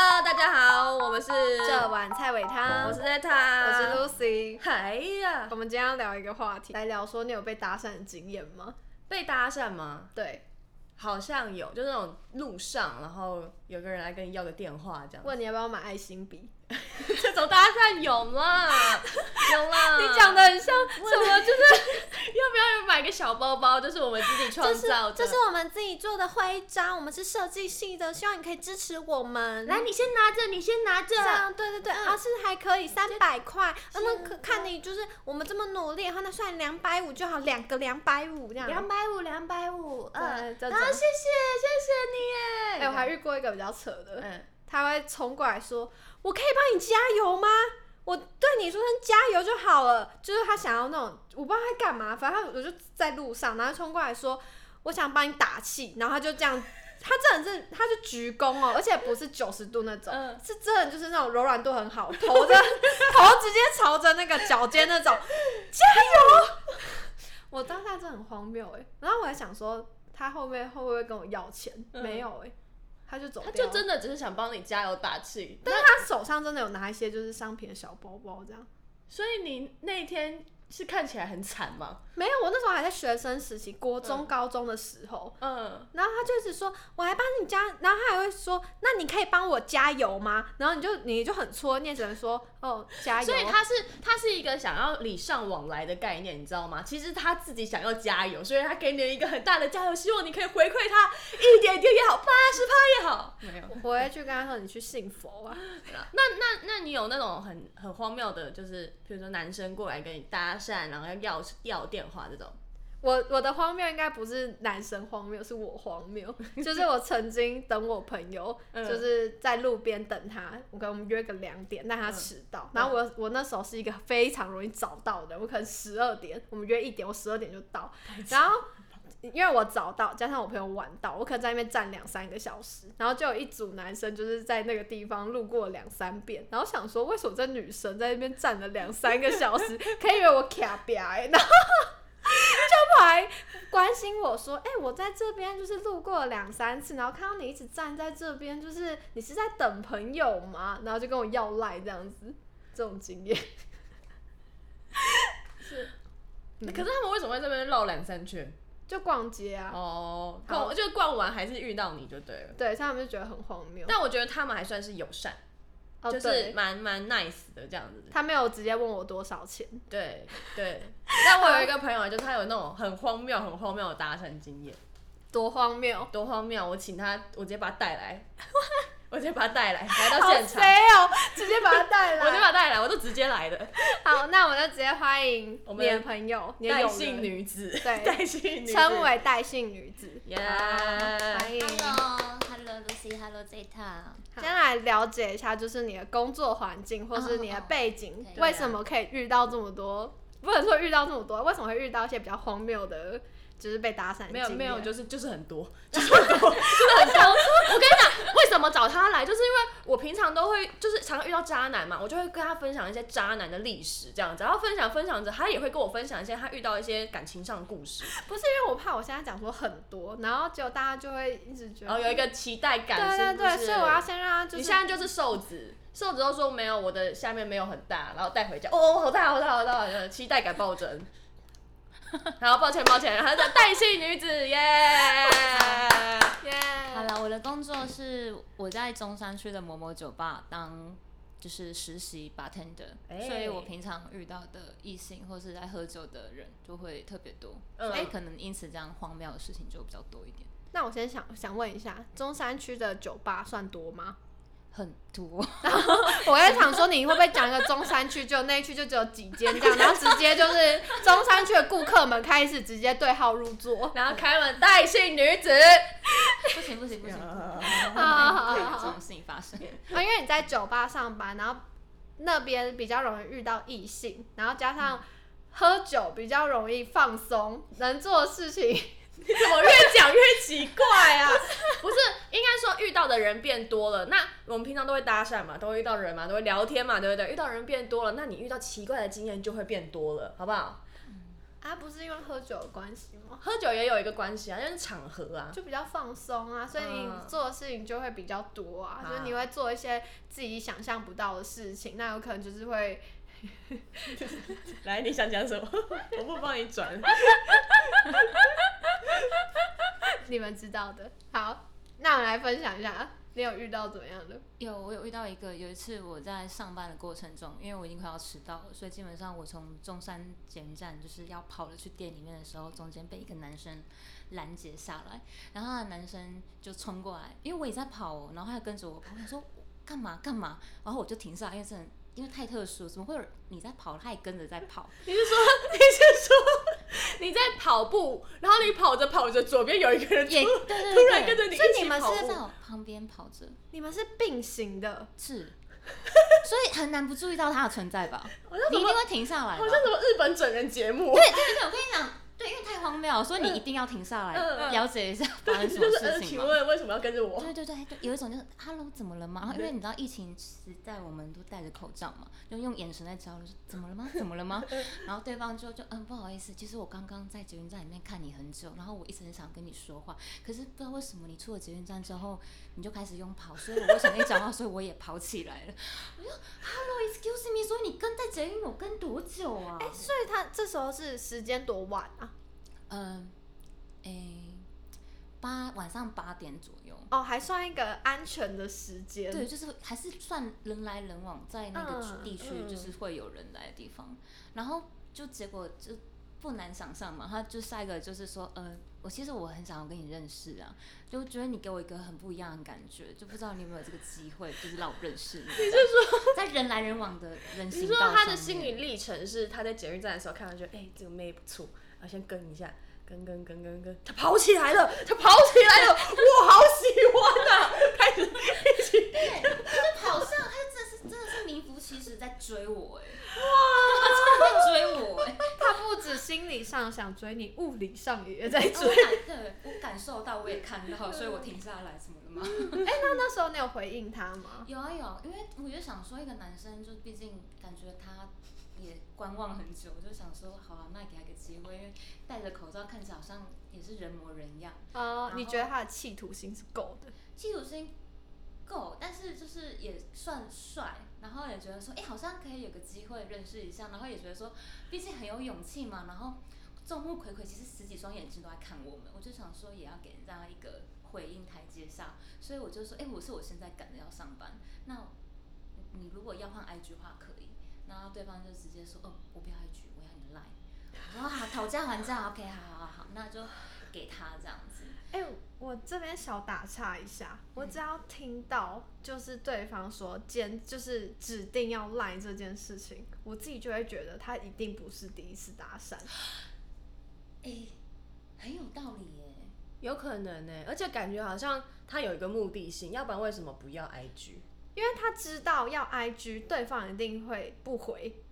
哎们今天要聊一个话啊题，来聊说你有被搭讪的经验吗？被搭讪吗？对，好像有，就那种路上，然后有个人来跟你要个电话这样，问你要不要买爱心笔？这种搭讪有 啦，有啦。你讲的很像什么？就 是要不要买个小包包？就是我们自己创这是造的。这是我们自己做的徽章，我们是设计系的，希望你可以支持我们。来，你先拿着，你先拿着这。样，对对对，嗯啊，是还可以三百块，呃那啊么可看你就是我们这么努力，然后那算两百五就好，两个两百五这样。两百五，两百五，嗯，对这然种后谢谢，谢谢你耶。哎、我还遇过一个比较扯的，嗯，他会冲过来说，我可以帮你加油吗？我对你说声加油就好了。就是他想要那种，我不知道他干嘛，反正他我就在路上，然后他冲过来说，我想帮你打气，然后他就这样，他真的是，他就鞠躬哦，而且不是九十度那种， 嗯是真的就是那种柔软度很好，头的头直接朝着那个脚尖那种，加油！我当下真的很荒谬哎、然后我还想说，他后面会不会跟我要钱？嗯没有哎、他就走他掉了，就真的只是想帮你加油打气。但是他手上真的有拿一些就是商品的小包包这样。所以你那天是看起来很惨吗？没有，我那时候还在学生时期，国中、嗯高中的时候，嗯，然后他就一直说，我还帮你加，然后他还会说，那你可以帮我加油吗？然后你就你就很戳，你也只能说，哦，加油。所以他是他是一个想要礼尚往来的概念，你知道吗？其实他自己想要加油，所以他给你了一个很大的加油，希望你可以回馈他一点点也好，八十趴也好。没有。我会去跟他说，你去信佛啊。那那那你有那种很很荒谬的，就是比如说男生过来跟你搭讪，然后要要要电话这种，我我的荒谬应该不是男生荒谬，是我荒谬。就是我曾经等我朋友，嗯就是在路边等他，我跟我们约个两点，但他迟到。然后我我那时候是一个非常容易早到的人，我可能十二点，我们约一点，我十二点就到。然后因为我早到，加上我朋友晚到，我可能在那边站两三个小时，然后就有一组男生就是在那个地方路过两三遍，然后想说为什么这女生在那边站了两三个小时，可以以为我卡表欸，然后就跑来关心我说，哎、我在这边就是路过了两三次，然后看到你一直站在这边，就是你是在等朋友吗？然后就跟我要赖这样子，这种经验。嗯可是他们为什么会这边绕两三圈？就逛街啊， 哦，好逛就逛完还是遇到你就对了。对，所以他们就觉得很荒谬。但我觉得他们还算是友善，哦，就是对蛮蛮 nice 的这样子。他没有直接问我多少钱，对对，但我有一个朋友，就是他有那种很荒谬、很荒谬的搭讪经验，多荒 谬，多荒谬！我请他，我直接把他带 来，我直接把他带来，来到好现场，谁哦， 直接把他带我就把来。他带来，我就直接来的，好，那我们就直接欢迎我你们的朋友，你的带友姓人，女子，对带姓女子，称为带姓女 子。耶好欢迎。 Hello，Hello Lucy，Hello Zeta。先来了解一下，就是你的工作环境或是你的背景哦哦，哦为什么可以遇到这么多？不能说遇到这么多，为什么会遇到一些比较荒谬的，就是被搭讪的经验？没有没有，就是就是很多，就是很多，就是很多。我跟你讲，为什么找他来，就是因为我平常都会，就是常常遇到渣男嘛，我就会跟他分享一些渣男的历史这样子，然后分享分享着，他也会跟我分享一些他遇到一些感情上的故事，不是因为我怕我现在讲说很多，然后结果大家就会一直觉得，然哦后有一个期待感，啊对对啊是不是对，所以我要先让他就你是现在就是瘦子。瘦子都说没有，我的下面没有很大，然后带回家，哦，好大好大好大，呃期待感暴 增。然后抱歉抱歉，然后再带性女子 耶。耶，好了，我的工作是我在中山区的某某酒吧当就是实习 bartender，、哎所以我平常遇到的异性或是在喝酒的人就会特别多，嗯所以可能因此这样荒谬的事情就比较多一点，那我先想想问一下，中山区的酒吧算多吗？很多。 我在想说，你会不会讲一个中山区，就那一区就只有几间这样，然后直接就是中山区的顾客们开始直接对号入座。然后开门带姓女 子，不行不行不行，好好好不能好这种事情发生。 啊，因为你在酒吧上班，然后那边比较容易遇到异性，然后加上喝酒比较容易放松，能做的事情。你怎么越讲越奇怪啊？不是，应该说遇到的人变多了。那我们平常都会搭讪嘛，都会遇到人嘛，都会聊天嘛，对不对？遇到人变多了，那你遇到奇怪的经验就会变多了，好不好？啊，不是因为喝酒的关系吗？喝酒也有一个关系啊，就是场合啊。就比较放松啊，所以你嗯做的事情就会比较多啊，啊 就是你会做一些自己想象不到的事情，那有可能就是会来，你想讲什么？我不帮你转。你们知道的。好，那我们来分享一下，你有遇到怎么样的？有，我有遇到一个，有一次我在上班的过程中，因为我已经快要迟到了，所以基本上我从中山捷运站就是要跑了去店里面的时候，中间被一个男生拦截下来，然后那个男生就冲过来，因为我也在跑、哦，然后他就跟着我跑，我想说干嘛干嘛，然后我就停下来，因为真的因为太特殊了，怎么会有人你在跑，他也跟着在跑，你是说，你是说你在跑步，然后你跑着跑着，左边有一个人突也 对对对突然跟着你一所以起你们跑是在步，我旁边跑着，你们是并行的， 是，所以很难不注意到他的存在吧？像你一怎定么会停下来吧好。像什么日本整人节目，对对对，我跟你讲，对，因为太荒谬了，所以你一定要停下嗯来嗯了解一下发对，生什就么是呃，事情请嘛。问为什么要跟着我？对对对对，有一种就是 “hello 怎么了吗？”然后因为你知道疫情时代，我们都戴着口罩嘛，就用眼神在交流，说“怎么 了吗？怎么了吗？”然后对方就就嗯不好意思，其实我刚刚在捷运站里面看你很久，然后我一直很想跟你说话，可是不知道为什么你出了捷运站之后，你就开始用跑，所以我不想跟你讲话，所以我也跑起来了。我就 “hello excuse me”，所以你跟在捷运有跟多久啊？哎、所以他这时候是时间多晚啊？嗯，诶，八晚上八点左右。哦，还算一个安全的时间。对，，就是还是算人来人往，在那个区嗯地区嗯就是会有人来的地方，然后就结果就不难想象嘛，他就下一个就是说，呃，我其实我很想要跟你认识啊，就觉得你给我一个很不一样的感觉，就不知道你有没有这个机会，就是让我认 识你。你是说在人来人往的人你行道说上面？他的心理历程是他在捷运站的时候看上去，哎、这个妹不错，然后先跟一下，跟跟跟跟跟，他跑起来了，他跑起来了，我好喜欢啊！开始一起，好像他真的是真的是名副其实在追我哎、 哇，真的在追我哎、他不止心理上想追你，物理上也在追。我感对我感受到，我也看到，所以我停下来，怎么了吗？哎、那那时候你有回应他吗？有啊有啊，因为我就想说，一个男生就毕竟感觉他也观望很久，我就想说，好啊，那给他一个机会，因为戴着口罩看起来好像也是人模人样，哦，然你后觉得他的企图心是够的？企图心够，但是就是也算帅，然后也觉得说，哎、好像可以有个机会认识一下，然后也觉得说，毕竟很有勇气嘛，然后众目睽睽，其实十几双眼睛都在看我们，我就想说也要给人家一个回应台阶下，所以我就说，哎、我是我现在赶着要上班，那你你如果要换 IG 的话可以，然后对方就直接说，哦，我不要 IG，我要你的 Line。我说好，讨价还价，OK，好好好，那就给他这样子。哎、我这边小打岔一下，我只要听到就是对方说兼就是指定要赖这件事情，我自己就会觉得他一定不是第一次搭讪。哎、很有道理耶。有可能呢、而且感觉好像他有一个目的性，要不然为什么不要 IG？因为他知道要 IG，对方一定会不回，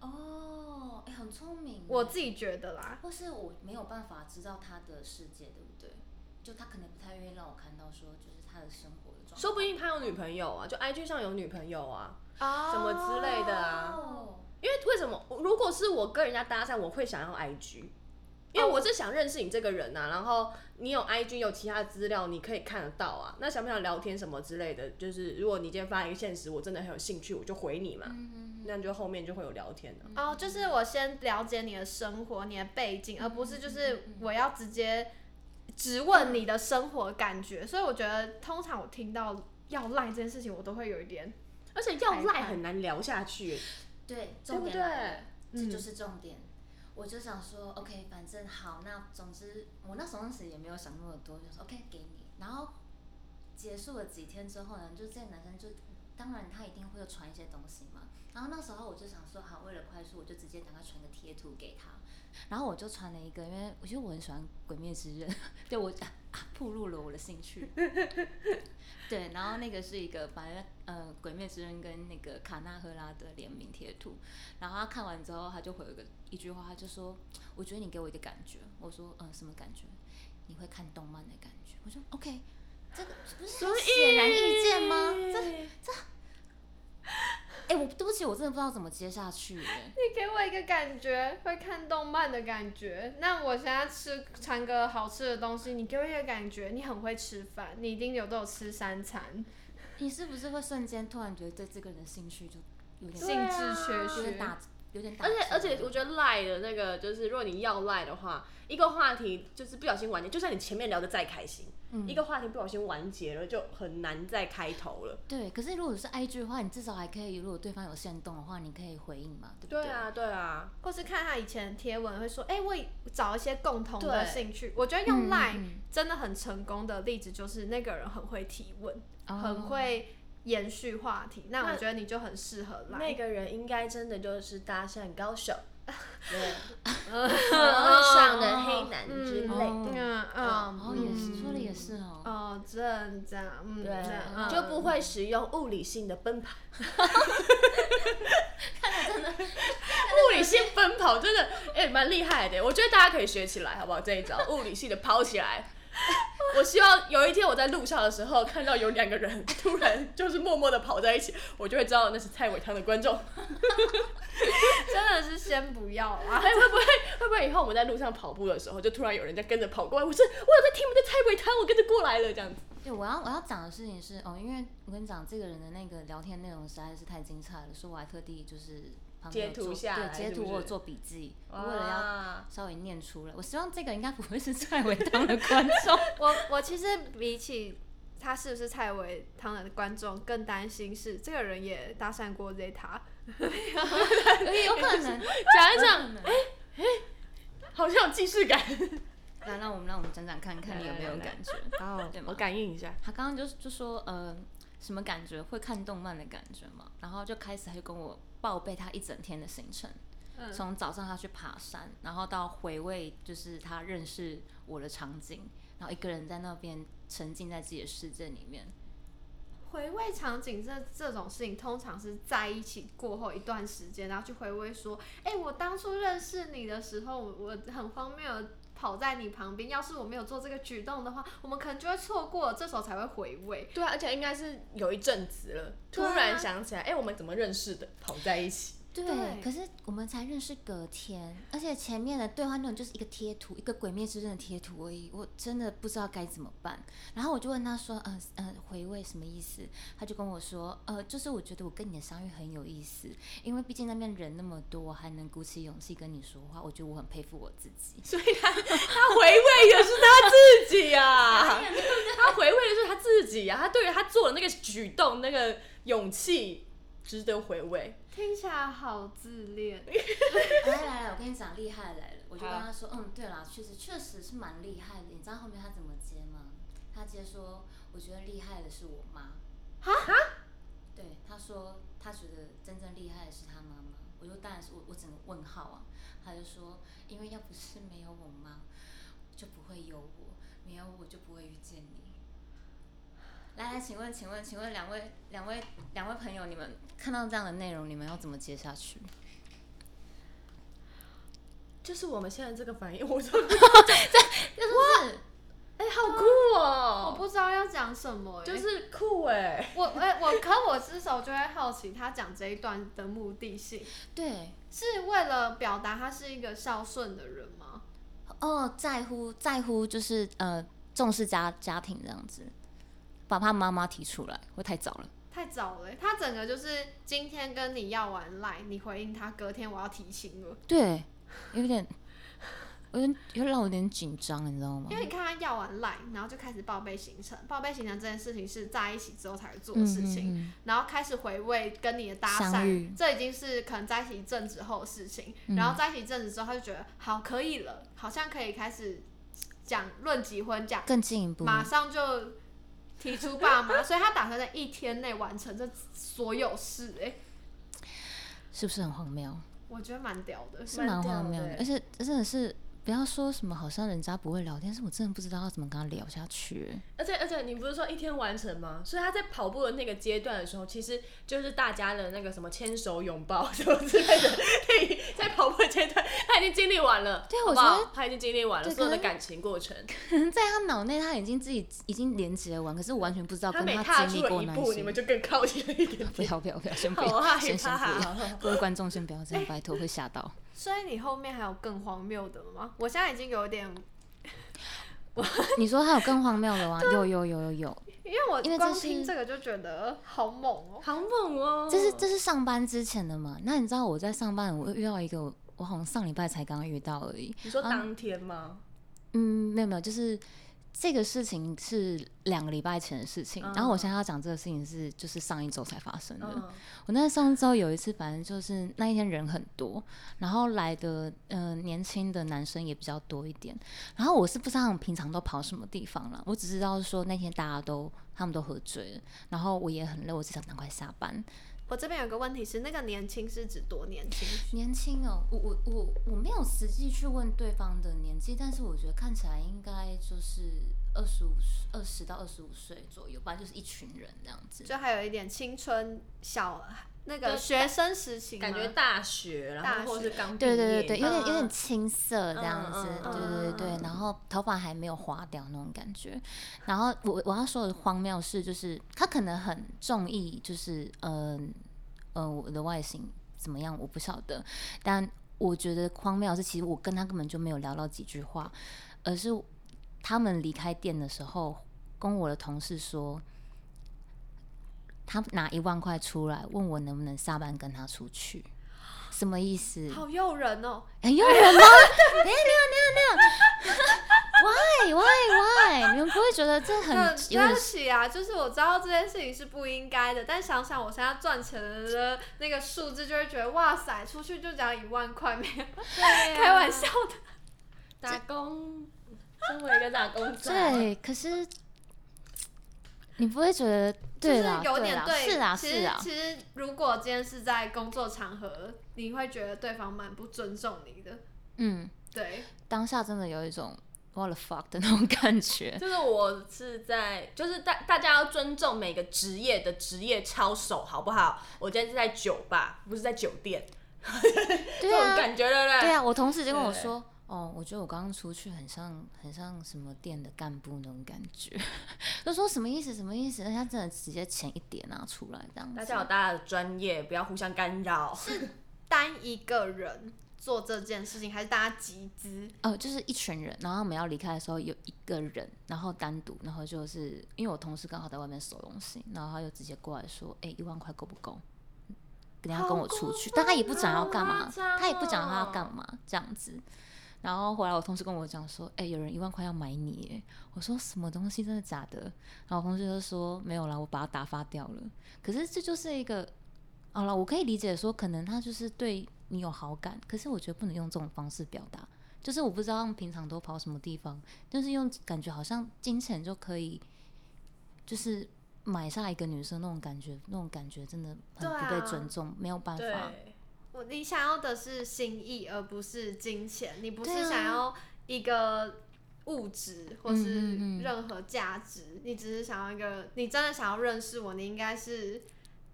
哦，哎、很聪明耶。我自己觉得啦。或是我没有办法知道他的世界，对不对？就他可能不太愿意让我看到，说就是他的生活的状况，说不定他有女朋友啊，就 IG 上有女朋友啊，哦什么之类的啊。哦，因为为什么？如果是我跟人家搭讪，我会想要 IG，因为我是想认识你这个人啊。然后你有 IG 有其他资料，你可以看得到啊。那想不想聊天什么之类的？就是如果你今天发一个现实，我真的很有兴趣，我就回你嘛。嗯嗯那就后面就会有聊天的、哦，就是我先了解你的生活、你的背景，而不是嗯就是我要直接直问你的生活感觉。所以我觉得，通常我听到要赖这件事情，我都会有一点而且要害赖怕很难聊下去，对，对重不点对？来了这嗯就是重点。我就想说，OK，反正好，那总之我那时候当时也没有想那么多，就说 OK 给你。然后结束了几天之后呢，就这个男生就，当然他一定会有传一些东西嘛。然后那时候我就想说，好，为了快速，我就直接赶快传个贴图给他。然后我就传了一个，因为我觉得我很喜欢《鬼灭之刃》， 对我啊啊暴露了我的兴趣。 对，然后那个是一个反正呃《鬼灭之刃》跟那个卡纳赫拉的联名贴图，然后他看完之后，他就回我一个一句话，他就说：“我觉得你给我一个感觉。”我说：“嗯、什么感觉？你会看动漫的感觉？”我说：“OK，这个不是很显然易见吗？ 这这，哎、我对不起，我真的不知道怎么接下去、哎你给我一个感觉，会看动漫的感觉。那我现在吃传个好吃的东西，你给我一个感觉，你很会吃饭，你一定有都有吃三餐。你是不是会瞬间突然觉得对这个人的兴趣就啊有点兴致有缺点有点缺。打，有点打啊而击。且而且，我觉得赖的那个就是，如果你要赖的话，一个话题就是不小心完结，就算你前面聊的再开心，嗯一个话题不小心完结了，就很难再开头了。对，可是如果是 IG 的话，你至少还可以，如果对方有限动的话，你可以回应嘛，对不对啊，对啊，或是看他以前的贴文，会说，哎、我找一些共同的对兴趣。我觉得嗯嗯用 Line 嗯真的很成功的例子就是那个人很会提问，哦很会延续话题。那那我觉得你就很适合 Line。那个人应该真的就是搭讪高手，哦上的 黑男之类的。嗯嗯哦，也是，说的也嗯是哦。哦，这样这样，嗯，这样对，嗯就不会使用物理性的奔跑。物理性奔跑真的哎蛮厉害的，我觉得大家可以学起来，好不好？这一 招物理性的跑起来。我希望有一天我在路上的时候看到有两个人突然就是默默的跑在一起，我就会知道那是蔡伟汤的观众。真的是先不要啊。哎，会不会会不会以后我们在路上跑步的时候，就突然有人在跟着跑过来？我是我有在听你们的蔡伟汤，我跟着过来了这样子。对，我要我要讲的事情是，哦，因为我跟你讲，这个人的那个聊天内容实在是太精彩了，所以我还特地就是旁边有截图做下来对，截是不图我有是做笔记，我为了要哇，稍微念出来。我希望这个应该不会是蔡伟当的观 众， 我我其实比起他是不是蔡伟汤的观众，更担心是这个人也搭讪过 Zeta。也有可能。讲一讲，哎哎，好像有既视感。来，让我们让我们讲讲看看你有没有感觉，哦对吗我感应一下。他刚刚就就说呃什么感觉会看动漫的感觉嘛，然后就开始他就跟我报备他一整天的行程，嗯嗯从、早上他去爬山，然后到回味就是他认识我的场景，然后一个人在那边沉浸在自己的世界里面。回味场景这这种事情，通常是在一起过后一段时间，然后去回味说，哎、我当初认识你的时候，我我很荒谬地跑在你旁边，要是我没有做这个举动的话，我们可能就会错过，这时候才会回味。对啊，而且应该是有一阵子了，突对啊然想起来，哎、我们怎么认识的？跑在一起。对，对可是我们才认识隔天，而且前面的对话内容就是一个贴图，一个《鬼灭之刃》的贴图而已，我真的不知道该怎么办。然后我就问他说：“嗯、呃、嗯、回味什么意思？”他就跟我说：“呃，就是我觉得我跟你的相遇很有意思，因为毕竟那边人那么多，我还能鼓起勇气跟你说话，我觉得我很佩服我自己。所以他他回味的是他自己哎啊，他回味的是他自己啊，他对于他做的那个举动，那个勇气，值得回味。听起来好自恋， 来来来，我跟你讲，厉害来了！我就跟好他说，嗯，对啦，确实确实是蛮厉害的。你知道后面他怎么接吗？他接说，我觉得厉害的是我妈。哈？对，他说他觉得真正厉害的是他妈妈。我就当然是我我整个问号啊。他就说，因为要不是没有我妈，就不会有我，没有我就不会遇见你。来来，请问，请问，请问两位两位两位朋友，你们看到这样的内容，你们要怎么接下去？就是我们现在这个反应， 我说，就是哎、好酷 我哦、不知道要讲什么、欸，就是酷哎、我哎、我可我之手就会好奇他讲这一段的目的性，对，是为了表达他是一个孝顺的人吗？哦，在乎在乎就是呃重视家家庭这样子，把他妈妈提出来会太早了。太早了欸、他整个就是今天跟你要完赖，你回应他，隔天我要提醒了，对，有点，有点有点让我有点紧张，你知道吗因？为你看他要完赖，然后就开始报备行程，报备行程这件事情是在一起之后才会做的事情，嗯然后开始回味跟你的搭相遇讪，这已经是可能在一起一阵子后的事情，嗯然后在一起一阵子之后，他就觉得好可以了，好像可以开始讲论及婚嫁，更进一步。马上就提出爸妈，所以他打算在一天内完成这所有事、欸，哎，是不是很荒谬？我觉得蛮屌的，是蛮荒谬蛮屌的而且真的是不要说什么好像人家不会聊天，是我真的不知道要怎么跟他聊下去。欸而且而且，你不是说一天完成吗？所以他在跑步的那个阶段的时候，其实就是大家的那个什么牵手、拥抱什么之类的，可以在跑步的阶段，他已经经历完了。对好不我觉好得他已经经历完了对所有的可能感情过程。可 能在他脑内，他已经自己已经连接完，可是我完全不知道他跟每踏经出历了过一哪步，些你。们就更靠近了一点不点。要不要不要，先不好啊要，害先先不怕要，各位观众先不要这样，拜托会吓到。所以你后面还有更荒谬的吗？我现在已经有点你说还有更荒谬的吗？啊有有有有有，因为我因为这光是听这个就觉得好猛哦、好猛哦！这是这是上班之前的嘛？那你知道我在上班，我遇到一个我，我好像上礼拜才刚遇到而已。你说啊当天吗？嗯，没有没有，就是这个事情是两个礼拜前的事情，然后我嗯现在要讲这个事情是就是上一周才发生的。嗯，我那上周有一次，反正就是那一天人很多，然后来的呃年轻的男生也比较多一点。然后我是不知道他们平常都跑什么地方了，我只知道说那天大家都他们都喝醉了，然后我也很累，我只想赶快下班。我这边有个问题是，那个年轻是指多年轻？年轻哦，我我我我没有实际去问对方的年纪，但是我觉得看起来应该就是二十五、二十到二十五岁左右吧，就是一群人这样子。就还有一点青春小那就个大学生时期吗，感觉大学，然大后或学是刚毕业对对对对，有点有点嗯青涩这样子，嗯嗯对对对嗯对，然后头发还没有花掉那种感觉。然后我我要说的荒谬是，就是他可能很中意，就是嗯呃我的外形怎么样，我不晓得，但我觉得荒谬是，其实我跟他根本就没有聊到几句话，而是他们离开店的时候，跟我的同事说。他拿一万块出来，问我能不能下班跟他出去，什么意思？好诱人哦、很诱哎人吗？ 没有没有没有没有，why why why？你们不会觉得这很那有对点不起啊，就是我知道这件事情是不应该的，但想想我现在赚钱的那个数字，就会觉得哇塞，出去就只要一万块，没有、啊开玩笑的。打工，身为一个打工仔，啊对？可是你不会觉得对啦，就是有点啦，是啦其实是啊啦，其实如果今天是在工作场合，你会觉得对方蛮不尊重你的。嗯，对，当下真的有一种 what the fuck 的那种 感觉。就是我是在，就是大大家要尊重每个职业的职业操守，好不好？我今天是在酒吧，不是在酒店，对这种啊感觉对不对？对啊，我同事就跟我对说。哦，我觉得我刚刚出去很像很像什么店的干部那种感觉，就说什么意思什么意思？人家真的直接钱一叠拿出来这样子。大家有大家的专业，不要互相干扰。单一个人做这件事情，还是大家集资？哦，就是一群人，然后我们要离开的时候有一个人，然后单独，然后就是因为我同事刚好在外面收东西，然后他就直接过来说：“哎、一万块够不够？你要跟我出去。”但他也不讲要干好嘛夸张，他也不讲他要哦干嘛这样子。然后回来，我同事跟我讲说：“哎、有人一万块要买你。耶”我说：“什么东西？真的假的？”然后我同事就说：“没有啦，我把他打发掉了。”可是这就是一个，好了，我可以理解说，可能他就是对你有好感，可是我觉得不能用这种方式表达。就是我不知道他们平常都跑什么地方，就是用感觉好像金钱就可以，就是买下一个女生那种感觉，那种感觉真的对很啊不被尊重，没有办法。对，我你想要的是心意，而不是金钱。你不是对啊想要一个物质或是嗯嗯嗯任何价值，你只是想要一个，你真的想要认识我，你应该是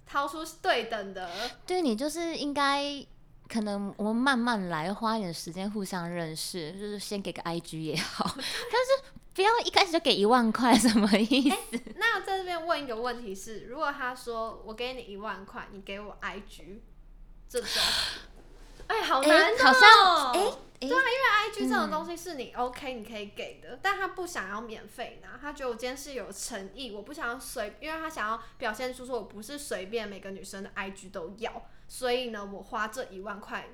掏出对等的。对你就是应该。可能我们慢慢来，花一点时间互相认识，就是先给个 IG 也好， 但是不要一开始就给一万块，什么意思？那在这边问一个问题是：如果他说我给你一万块，你给我 IG 这种， 哎，好哎难、哦啊好像哎哎、嗯 IG 这种东西是你 OK，、你可以给的，但他不想要免费拿，他觉得我今天是有诚意，我不想要随，因为他想要表现出说我不是随便每个女生的 IG 都要，所以呢，我花这一万块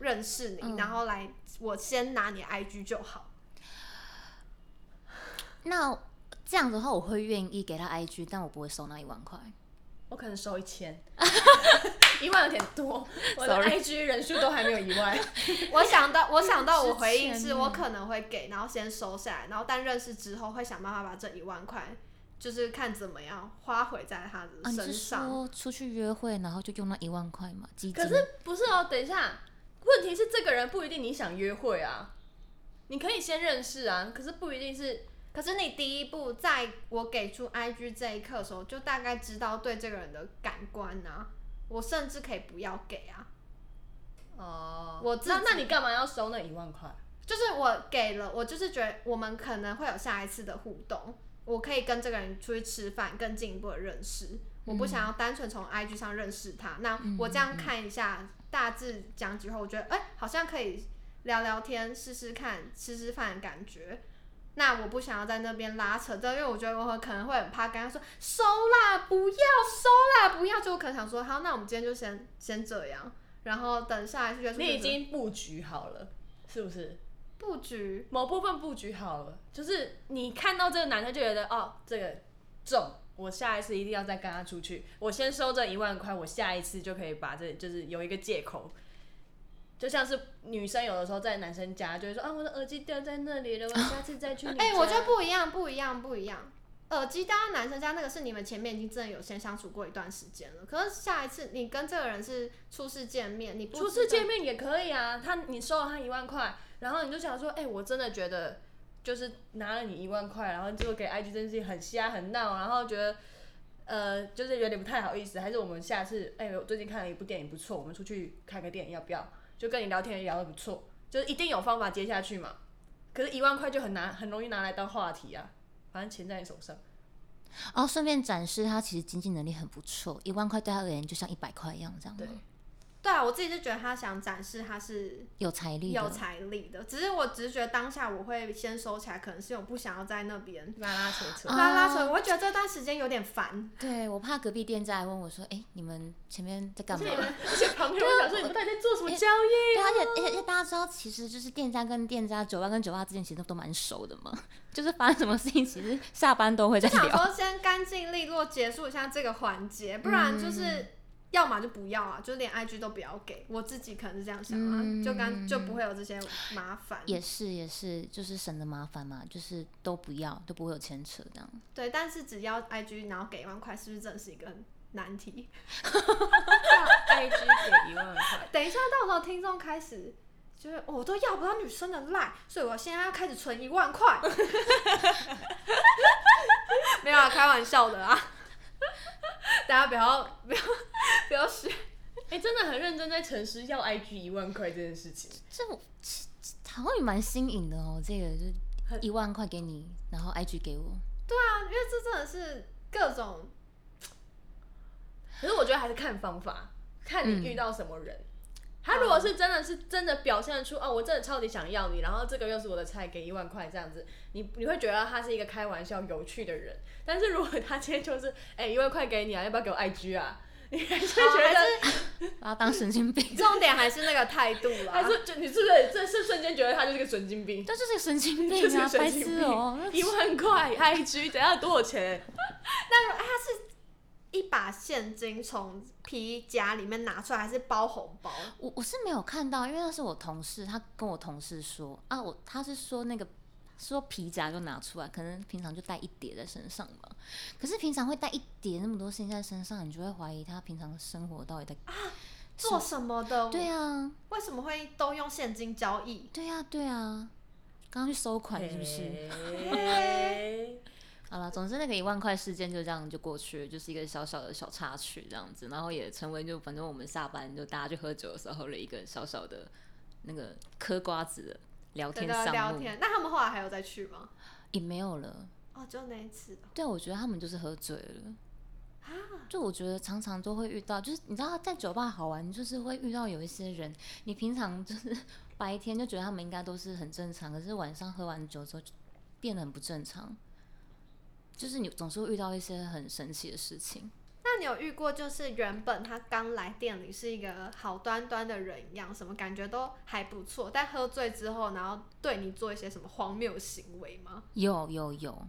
认识你，嗯然后来我先拿你 IG 就好。那这样子的话，我会愿意给他 IG，但我不会收那一万块。我可能收一 千，一万有点多，我的 Sorry IG 人数都还没有一万。我想到，我想到我回应之是前我呢可能会给，然后先收下来，然后但认识之后会想办法把这一万块，就是看怎么样花回在他啊，的你是身上。说出去约会，然后就用那一万块嘛？基金 可是不是哦？等一下，问题是这个人不一定你想约会啊，你可以先认识啊，可是不一定是可是你第一步，在我给出 IG 这一刻的时候，就大概知道对这个人的感官啊。我甚至可以不要给啊，哦。我自己那那你干嘛要收那一万块？就是我给了，我就是觉得我们可能会有下一次的互动，我可以跟这个人出去吃饭，更进一步的认识。我不想要单纯嗯从 IG 上认识他，那我这样看一下，大致讲几话，我觉得哎、好像可以聊聊天，试试看，吃吃饭的感觉。那我不想要在那边拉扯，这因为我觉得我可能会很怕，跟他说收啦，不要收啦，不要，就我可能想说，好，那我们今天就先先这样，然后等下来去约束你就已是经布局好了，是不是？布局，某部分布局好了，就是你看到这个男的就觉得哦，这个中，我下一次一定要再跟他出去，我先收这一万块，我下一次就可以把这就是有一个借口。就像是女生有的时候在男生家就会说啊，我的耳机掉在那里了，我下次再去 你家。哎、我觉得不一样，不一样，不一样。耳机戴到男生家那个是你们前面已经真的有先相处过一段时间了，可是下一次你跟这个人是初次见面，你不初知次道见面也可以啊，他你收了他一万块，然后你就想说，哎、我真的觉得就是拿了你一万块，然后结果给 IG 真是很瞎很闹，然后觉得呃就是有点不太好意思，还是我们下次，哎、我最近看了一部电影不错，我们出去看个电影要不要？就跟你聊天也聊得不错，就是一定有方法接下去嘛。可是，一万块就很难，很容易拿来当话题啊。反正钱在你手 上，哦，顺便展示他其实经济能力很不错，一万块对他而言就像一百块一样，这样吗对对啊，我自己就觉得他想展示他是有财力有的。财力的，只是我只是觉得当下我会先收起来，可能是因为我不想要在那边拉拉扯扯。拉拉扯，我会觉得这段时间有点烦。对，我怕隔壁店家来问我说：“哎、你们前面在干嘛？”而且旁边我 想说，你们到底在做什么交易？对，而且而且而且大家知道，其实就是店家跟店家、酒吧跟酒吧之间其实都都蛮熟的嘛， 就是发生什么事情，其实下班都会在就想聊。说先干净利落结束一下这个环节，不然就是。嗯要么就不要啊，就连 IG 都不要给我自己，可能是这样想啊，嗯就干就不会有这些麻烦。也是也是，就是省得麻烦嘛，就是都不要，都不会有牵扯这样。对，但是只要 IG 然后给一万块，是不是真的是一个难题？ IG 给一万块，等一下，到时候听众开始就是、哦我都要不到女生的赖，所以我现在要开始存一万块。 没有啊，开玩笑的啊，大家不要不要不要学。哎、真的很认真在诚实要 IG 一万块这件事情，这我其其好像也蛮新颖的哦，这个就很一万块给你，然 后 IG 给我。啊因为这真的是各种可是我觉得还是看方法，看你嗯遇到什么人。他如果是真的是真的表现出哦，我真的超级想要你，然后这个又是我的菜，给一万块这样子，你你会觉得他是一个开玩笑有趣的人。但是如果他今天就是哎一万块给你啊，要不要给我 IG 啊？你还是觉得、哦把他当神 经病，重点还是那个态度啦。还是就你是不是这是瞬间觉得他就是个神经病？但就是个神 经就病是啊个，白神经痴病哦、 一万块 IG 等下多少钱？一把现金从皮夹里面拿出来，还是包红包？我我是没有看到，因为那是我同事，他跟我同事说啊，我他是说那个说皮夹就拿出来，可能平常就带一叠在身上吧。可是平常会带一叠那么多事情在身上，你就会怀疑他平常生活到底在……啊做什么的？对，啊，为什么会都用现金交易？对啊，对啊，刚刚去收款是不是？嘿好了，总之那个一万块事件就这样就过去了，就是一个小小的小插曲这样子，然后也成为就反正我们下班就大家去喝酒的时候的一个小小的那个嗑瓜子的聊对天对，项聊目，天。那他们后来还有再去吗？也没有了。哦，就那一次对，啊我觉得他们就是喝醉了。啊，就我觉得常常都会遇到，就是你知道在酒吧好玩，就是会遇到有一些人，你平常就是 白天就觉得他们应该都是很正常，可是晚上喝完酒之后就变得很不正常。就是你总是会遇到一些很神奇的事情。那你有遇过就是原本他刚来店里是一个好端端的人一样，什么感觉都还不错，但喝醉之后，然后对你做一些什么荒谬行为吗？有有有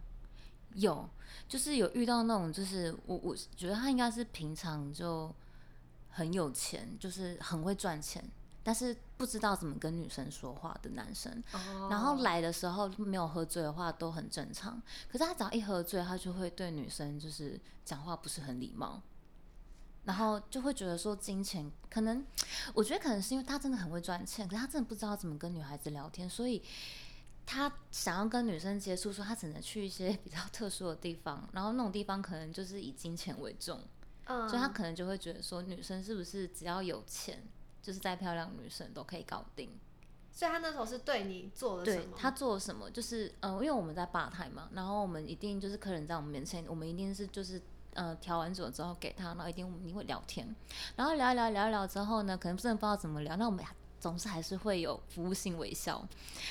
有，就是有遇到那种，就是我我觉得他应该是平常就很有钱，就是很会赚钱，但是不知道怎么跟女生说话的男生。哦然后来的时候没有喝醉的话都很正常，可是他只要一喝醉，他就会对女生就是讲话不是很礼貌，然后就会觉得说金钱可能，我觉得可能是因为他真的很会赚钱，可是他真的不知道怎么跟女孩子聊天，所以他想要跟女生接触，说他只能去一些比较特殊的地方，然后那种地方可能就是以金钱为重，嗯，所以他可能就会觉得说女生是不是只要有钱，就是再漂亮的女生都可以搞定。嗯所以他那时候是对你做了什对么？他做了什么，就是呃，因为我们在吧台嘛，然后我们一定就是客人在我们面前，我们一定是就是呃调完酒之后给他，然后一定我们一定会聊天，然后聊一聊聊一聊之后呢，可能真的不知道怎么聊，那我们总是还是会有服务性微笑。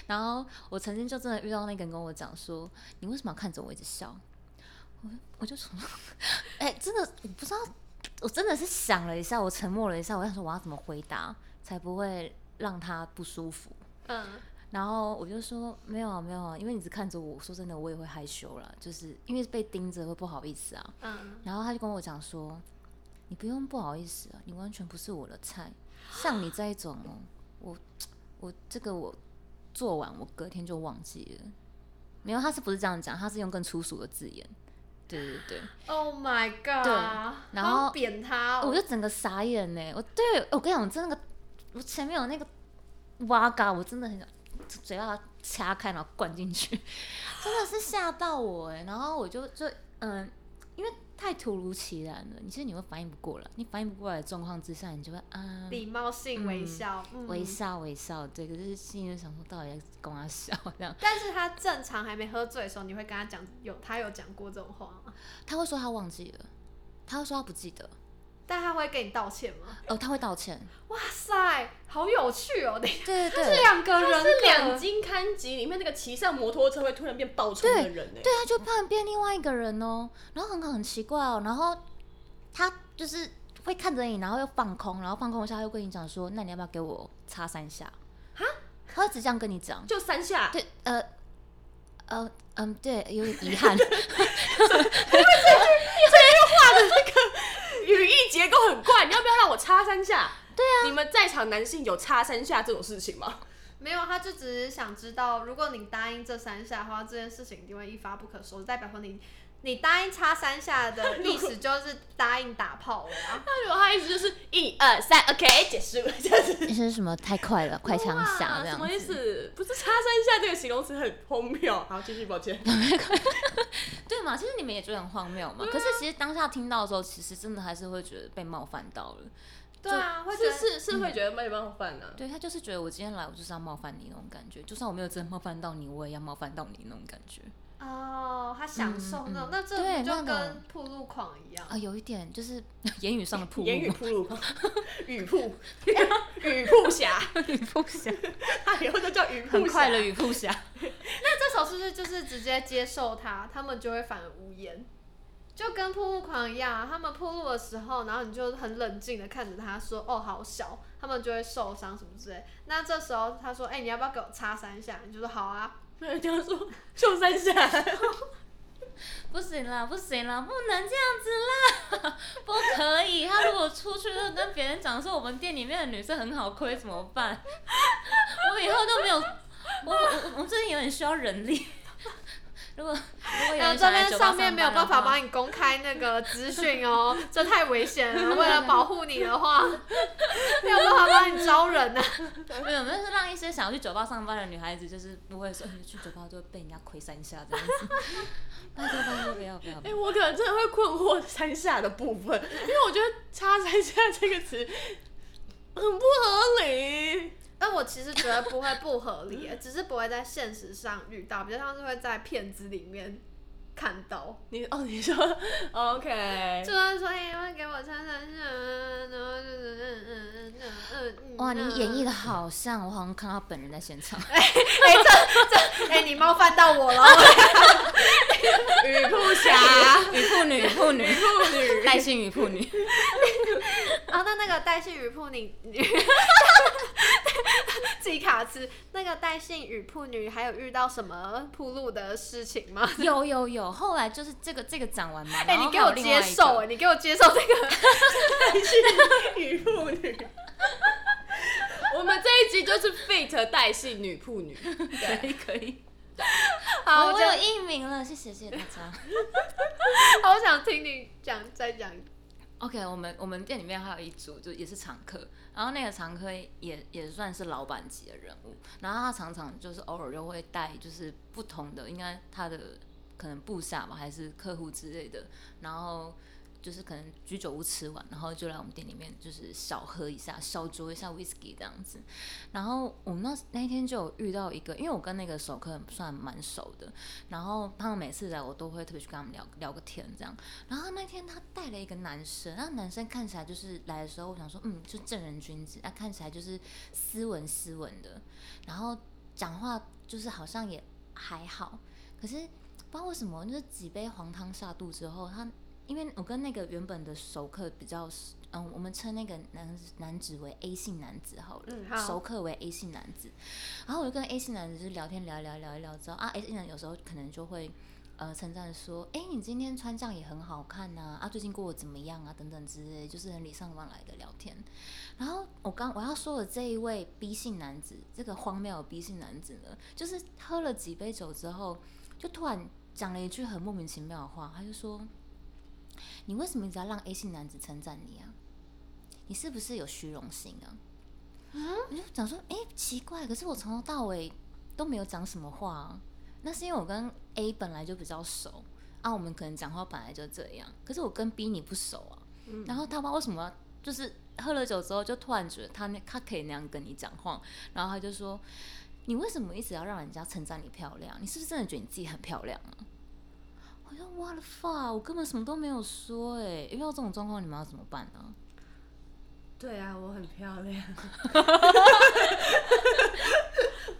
然后我曾经就真的遇到那个人跟我讲说：“你为什么要看着我一直笑？”我我就从， 哎、真的我不知道，我真的是想了一下，我沉默了一下，我想说我要怎么回答才不会让他不舒服。嗯，然后我就说没有啊，没有啊，因为你只看着我，说真的，我也会害羞啦，就是因为被盯着会不好意思啊。嗯，然后他就跟我讲说，你不用不好意思啊，你完全不是我的菜，像你这一种哦，我我这个我做完我隔天就忘记了。没有，他是不是这样讲？他是用更粗俗的字眼。对对对， Oh my god！对然后好扁他、哦，我就整个傻眼呢。我对我跟你讲，我真的那个，我前面有那个哇嘎，我真的很想嘴巴掐开，然后灌进去， 真的是吓到我哎。然后我就就嗯，因为太突如其然了，你其实你会反应不过来，你反应不过来的状况之下，你就会啊。礼貌性微笑，嗯微笑，微笑，对，可是心里就想说，到底在跟他笑这样？但是他正常还没喝醉的时候，你会跟他讲有他有讲过这种话吗？他会说他忘记了，他会说他不记得，但他会跟你道歉吗？哦，他会道歉，哇塞，好有趣 哦！你对对这对，两个人格他是两金刊集里面那个骑上摩托车会突然变爆冲的人呢、欸对啊，就怕变另外一个人哦，然后很很奇怪哦，然后他就是会看着你，然后又放空，然后放空一下他又跟你讲说，那你要不要给我擦三下？哈，他只这样跟你讲，就三下，对，呃，呃，嗯，对，有点遗憾， 语义结构很怪，你要不要让我插三下？对啊，你们在场男性有插三下这种事情吗？没有，他就只是想知道，如果你答应这三下的话，这件事情一定会一发不可收拾，代表说你你答应插三下 的意思就是答应打炮了啊。那如果他意思就是一二三，OK，结束了这样子。那是什么太快了， 快枪哇侠这什样么意子。思？不是插三下这个形容词很荒谬。 好，继续，抱歉。对嘛？其实你们也觉得很荒谬嘛。可是其实当下听到的时候，其实真的还是会觉得被冒犯到了。对啊，会觉是是得是会觉得被冒犯啊。对他就是觉得我今天来，我就是要冒犯你那种感觉。就算我没有真的冒犯到你，我也要冒犯到你那种感觉。哦，他享受那种，嗯嗯那这对不就那种跟铺路狂一样啊、。有一点就是 言语上的铺言语路，铺 路，雨铺， 雨铺 侠，铺侠， 他以后就叫雨很铺侠快。乐与铺侠。那这时候是不是就是直接接受他，他们就会反而无言？就跟铺路狂一样、啊，他们铺路的时候，然后你就很冷静的看着他说：“哦，好小。”他们就会受伤什么之类。那这时候他说：“哎、你要不要给我擦三下？”你就说：“好啊。没有这样说，就三 下。 不行啦，不行啦，不能这样子啦， 不可以。他如果出去就跟别人讲说我们店里面的女生很好亏，怎么办？ 我以后都没有，我我我最近有点需要人力。 如果如果”有然后人这想来边酒吧上面没有办法帮帮你公开那个资讯 哦，这太危险了。为了保护你的话， 没有办法帮你招人啊。你，没有，就是让一些想要去酒吧上班的女孩子，就是不会说哎去酒吧就会被人家亏三下这样子。 拜托拜托，不要不要！不哎、要我可能真的会困惑三下的部分，因为我觉得“插三下”这个词很不合理。但我其实觉得不会不合理，只是不会在现实上遇到，比较像是会在片子里面看到。你哦，你说 OK？就他说：“哎、要不要给我穿上去啊？”然后就是嗯嗯嗯嗯嗯嗯。哇，你演绎的，的好像，我好像看到本人在现 场。哎、这这，哎、你冒犯到我了。 我雨不侠，与妇女，与妇女，妇女， 带薪与妇女。然哦后那那个戴信与铺女， 自己卡词。那个戴信与铺女还有遇到什么铺路的事情吗？有有有，后来就是这个这个讲完嘛，哎、然后你给还有我另接外一受、个哎，你给我接受这个。雨妇女。 我们这一集就是 fit 代系女妇女，可以可以。欸好，哦我我就有艺名了，谢谢谢谢大家。好想听你讲，再讲。 OK，我们我们店里面还有一组，就也是常客，然后那个常客也也算是老板级的人物，然后他常常就是偶尔就会带就是不同的，应该他的可能部下吧，还是客户之类的，然后就是可能居酒屋吃完，然后就来我们店里面就是小喝一下，小酌一下 whisky 这样子。然后我们那那一天就有遇到一个，因为我跟那个熟客算蛮熟的，然后他们每次来我都会特别去跟他们聊聊个天这样。然后那天他带了一个男生，那男生看起来就是来的时候，我想说，嗯，就正人君子，那、啊看起来就是斯文斯文的，然后讲话就是好像也还好，可是不知道为什么，就是几杯黄汤下肚之后，他因为我跟那个原本的熟客比较是，嗯，我们称那个男男子为 A 姓男子好了，嗯好熟客为 A 姓男子，然后我就跟 A 姓男子就是聊天聊一聊聊一聊之后啊，A 姓男有时候可能就会。呃，称赞说，哎、你今天穿这样也很好看呐、啊，最近过得怎么样啊？等等之类，就是很礼尚往来的聊天。然后我刚我要说的这一位 B 姓男子，这个荒谬的 B 姓男子呢，就是喝了几杯酒之后，就突然讲了一句很莫名其妙的话，他就说：“你为什么一直要让 A 姓男子称赞你啊？你是不是有虚荣心啊？”我就想说，哎、奇怪，可是我从头到尾都没有讲什么话、啊，那是因为我跟 A 本来就比较熟啊，我们可能讲话本来就这样，可是我跟 B 你不熟啊，然后他不知道为什么就是喝了酒之后就突然觉得他那他可以那样跟你讲话，然后他就说。你为什么一直要让人家称赞你漂亮？你是不是真的觉得你自己很漂亮啊？我说 what the fuck，我根本什么都没有说哎、遇到这种状况你们要怎么办呢、对啊，我很漂 亮。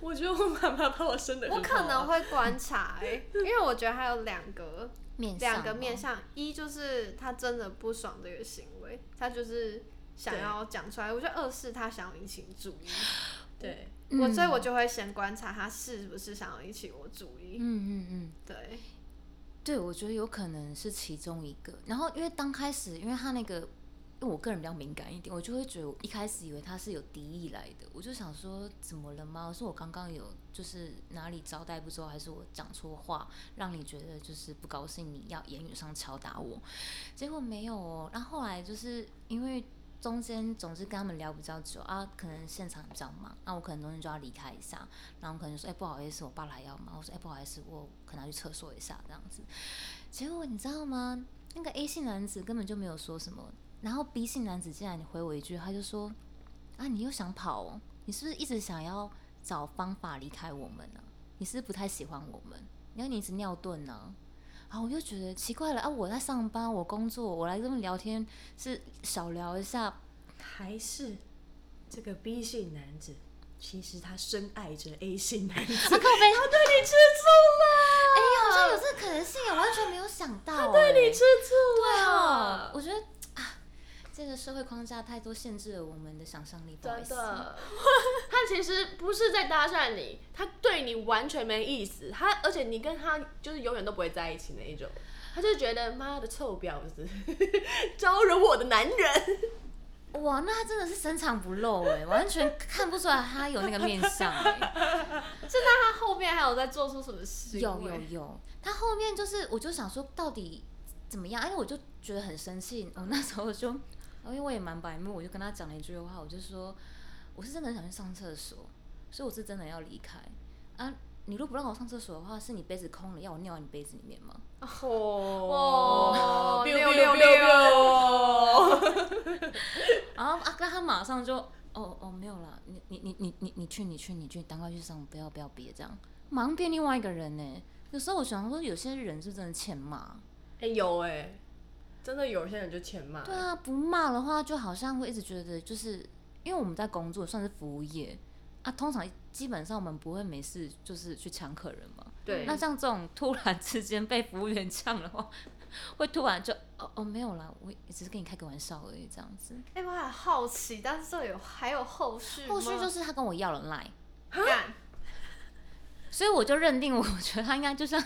我觉得我妈妈把我生的我啊可能会观察、欸，因为我觉得还有两个面向哦两个吗面向，一就是他真的不爽这个行为，他就是想要讲出来；我觉得二是他想要引起注意，对，嗯我所以我就会先观察他是不是想要引起我注意。嗯嗯嗯，对，对，我觉得有可能是其中一个。然后因为当开始，因为他那个，因为我个人比较敏感一点，我就会觉得我一开始以为他是有敌意来的，我就想说怎么了吗？是我刚刚有就是哪里招待不周，还是我讲错话让你觉得就是不高兴，你要言语上敲打我？结果没有哦。然后后来就是因为。中间总是跟他们聊比较久啊，可能现场比较忙，那、我可能中间就要离开一下，然后我可能就说，哎、不好意思，我爸来要嘛，我说，哎、不好意思，我可能要去厕所一下这样子，结果你知道吗？那个 A 姓男子根本就没有说什么，然后 B 姓男子竟然回我一句，他就说：“啊，你又想跑哦？你是不是一直想要找方法离开我们呢、啊你是不是不太喜欢我们？然后你一直尿遁呢、啊？”我就觉得奇怪了啊！我在上班，我工作，我来这么聊天是小聊一下，还是这个 B 姓男子，其实他深爱着 A 姓男 子，他对你吃醋哎、好像有这个可能性，我完全没有想到、哎了，对你吃醋对了啊，，我觉得啊，这个社会框架太多限制了我们的想象力，不好意真思。的， 他其实不是在搭讪你，他对你完全没意思，他而且你跟他就是永远都不会在一起那一种，他就觉得妈的臭婊子， 招惹我的男人，哇，那他真的是深藏不露哎、完全看不出来他有那个面相哎、是那他后面还有在做出什么事？有有有，他后面就是，我就想说到底怎么样？因为我就觉得很生气，我那时候就，哦因为我也蛮白目，我就跟他讲了一句话，我就说我是真的很想去上厕所，所以我是真的要离开啊。你如果不让我上厕所的话，是你杯子空了，要我尿你杯子里面吗？ 哦，六六六六六六六，然后啊，那他马上就，哦哦，没有啦，你你你你你你去你去你去，赶快去上，不要不要憋这样，马上变另外一个人呢、有时候我想说，有些人是真的欠骂。哎、有哎、真的有些人就欠骂，对啊，不骂的话，就好像会一直觉得，就是因为我们在工作，算是服务业啊，通常基本上我们不会没事就是去抢客人嘛。对那像这种突然之间被服务员呛的话， 会突然就哦哦没有啦，我只是跟你开个玩笑而已，这样子。哎、我很好奇，但是这有还有后续吗？后续就是他跟我要了 line。干，所以我就认定，我觉得他应该就像，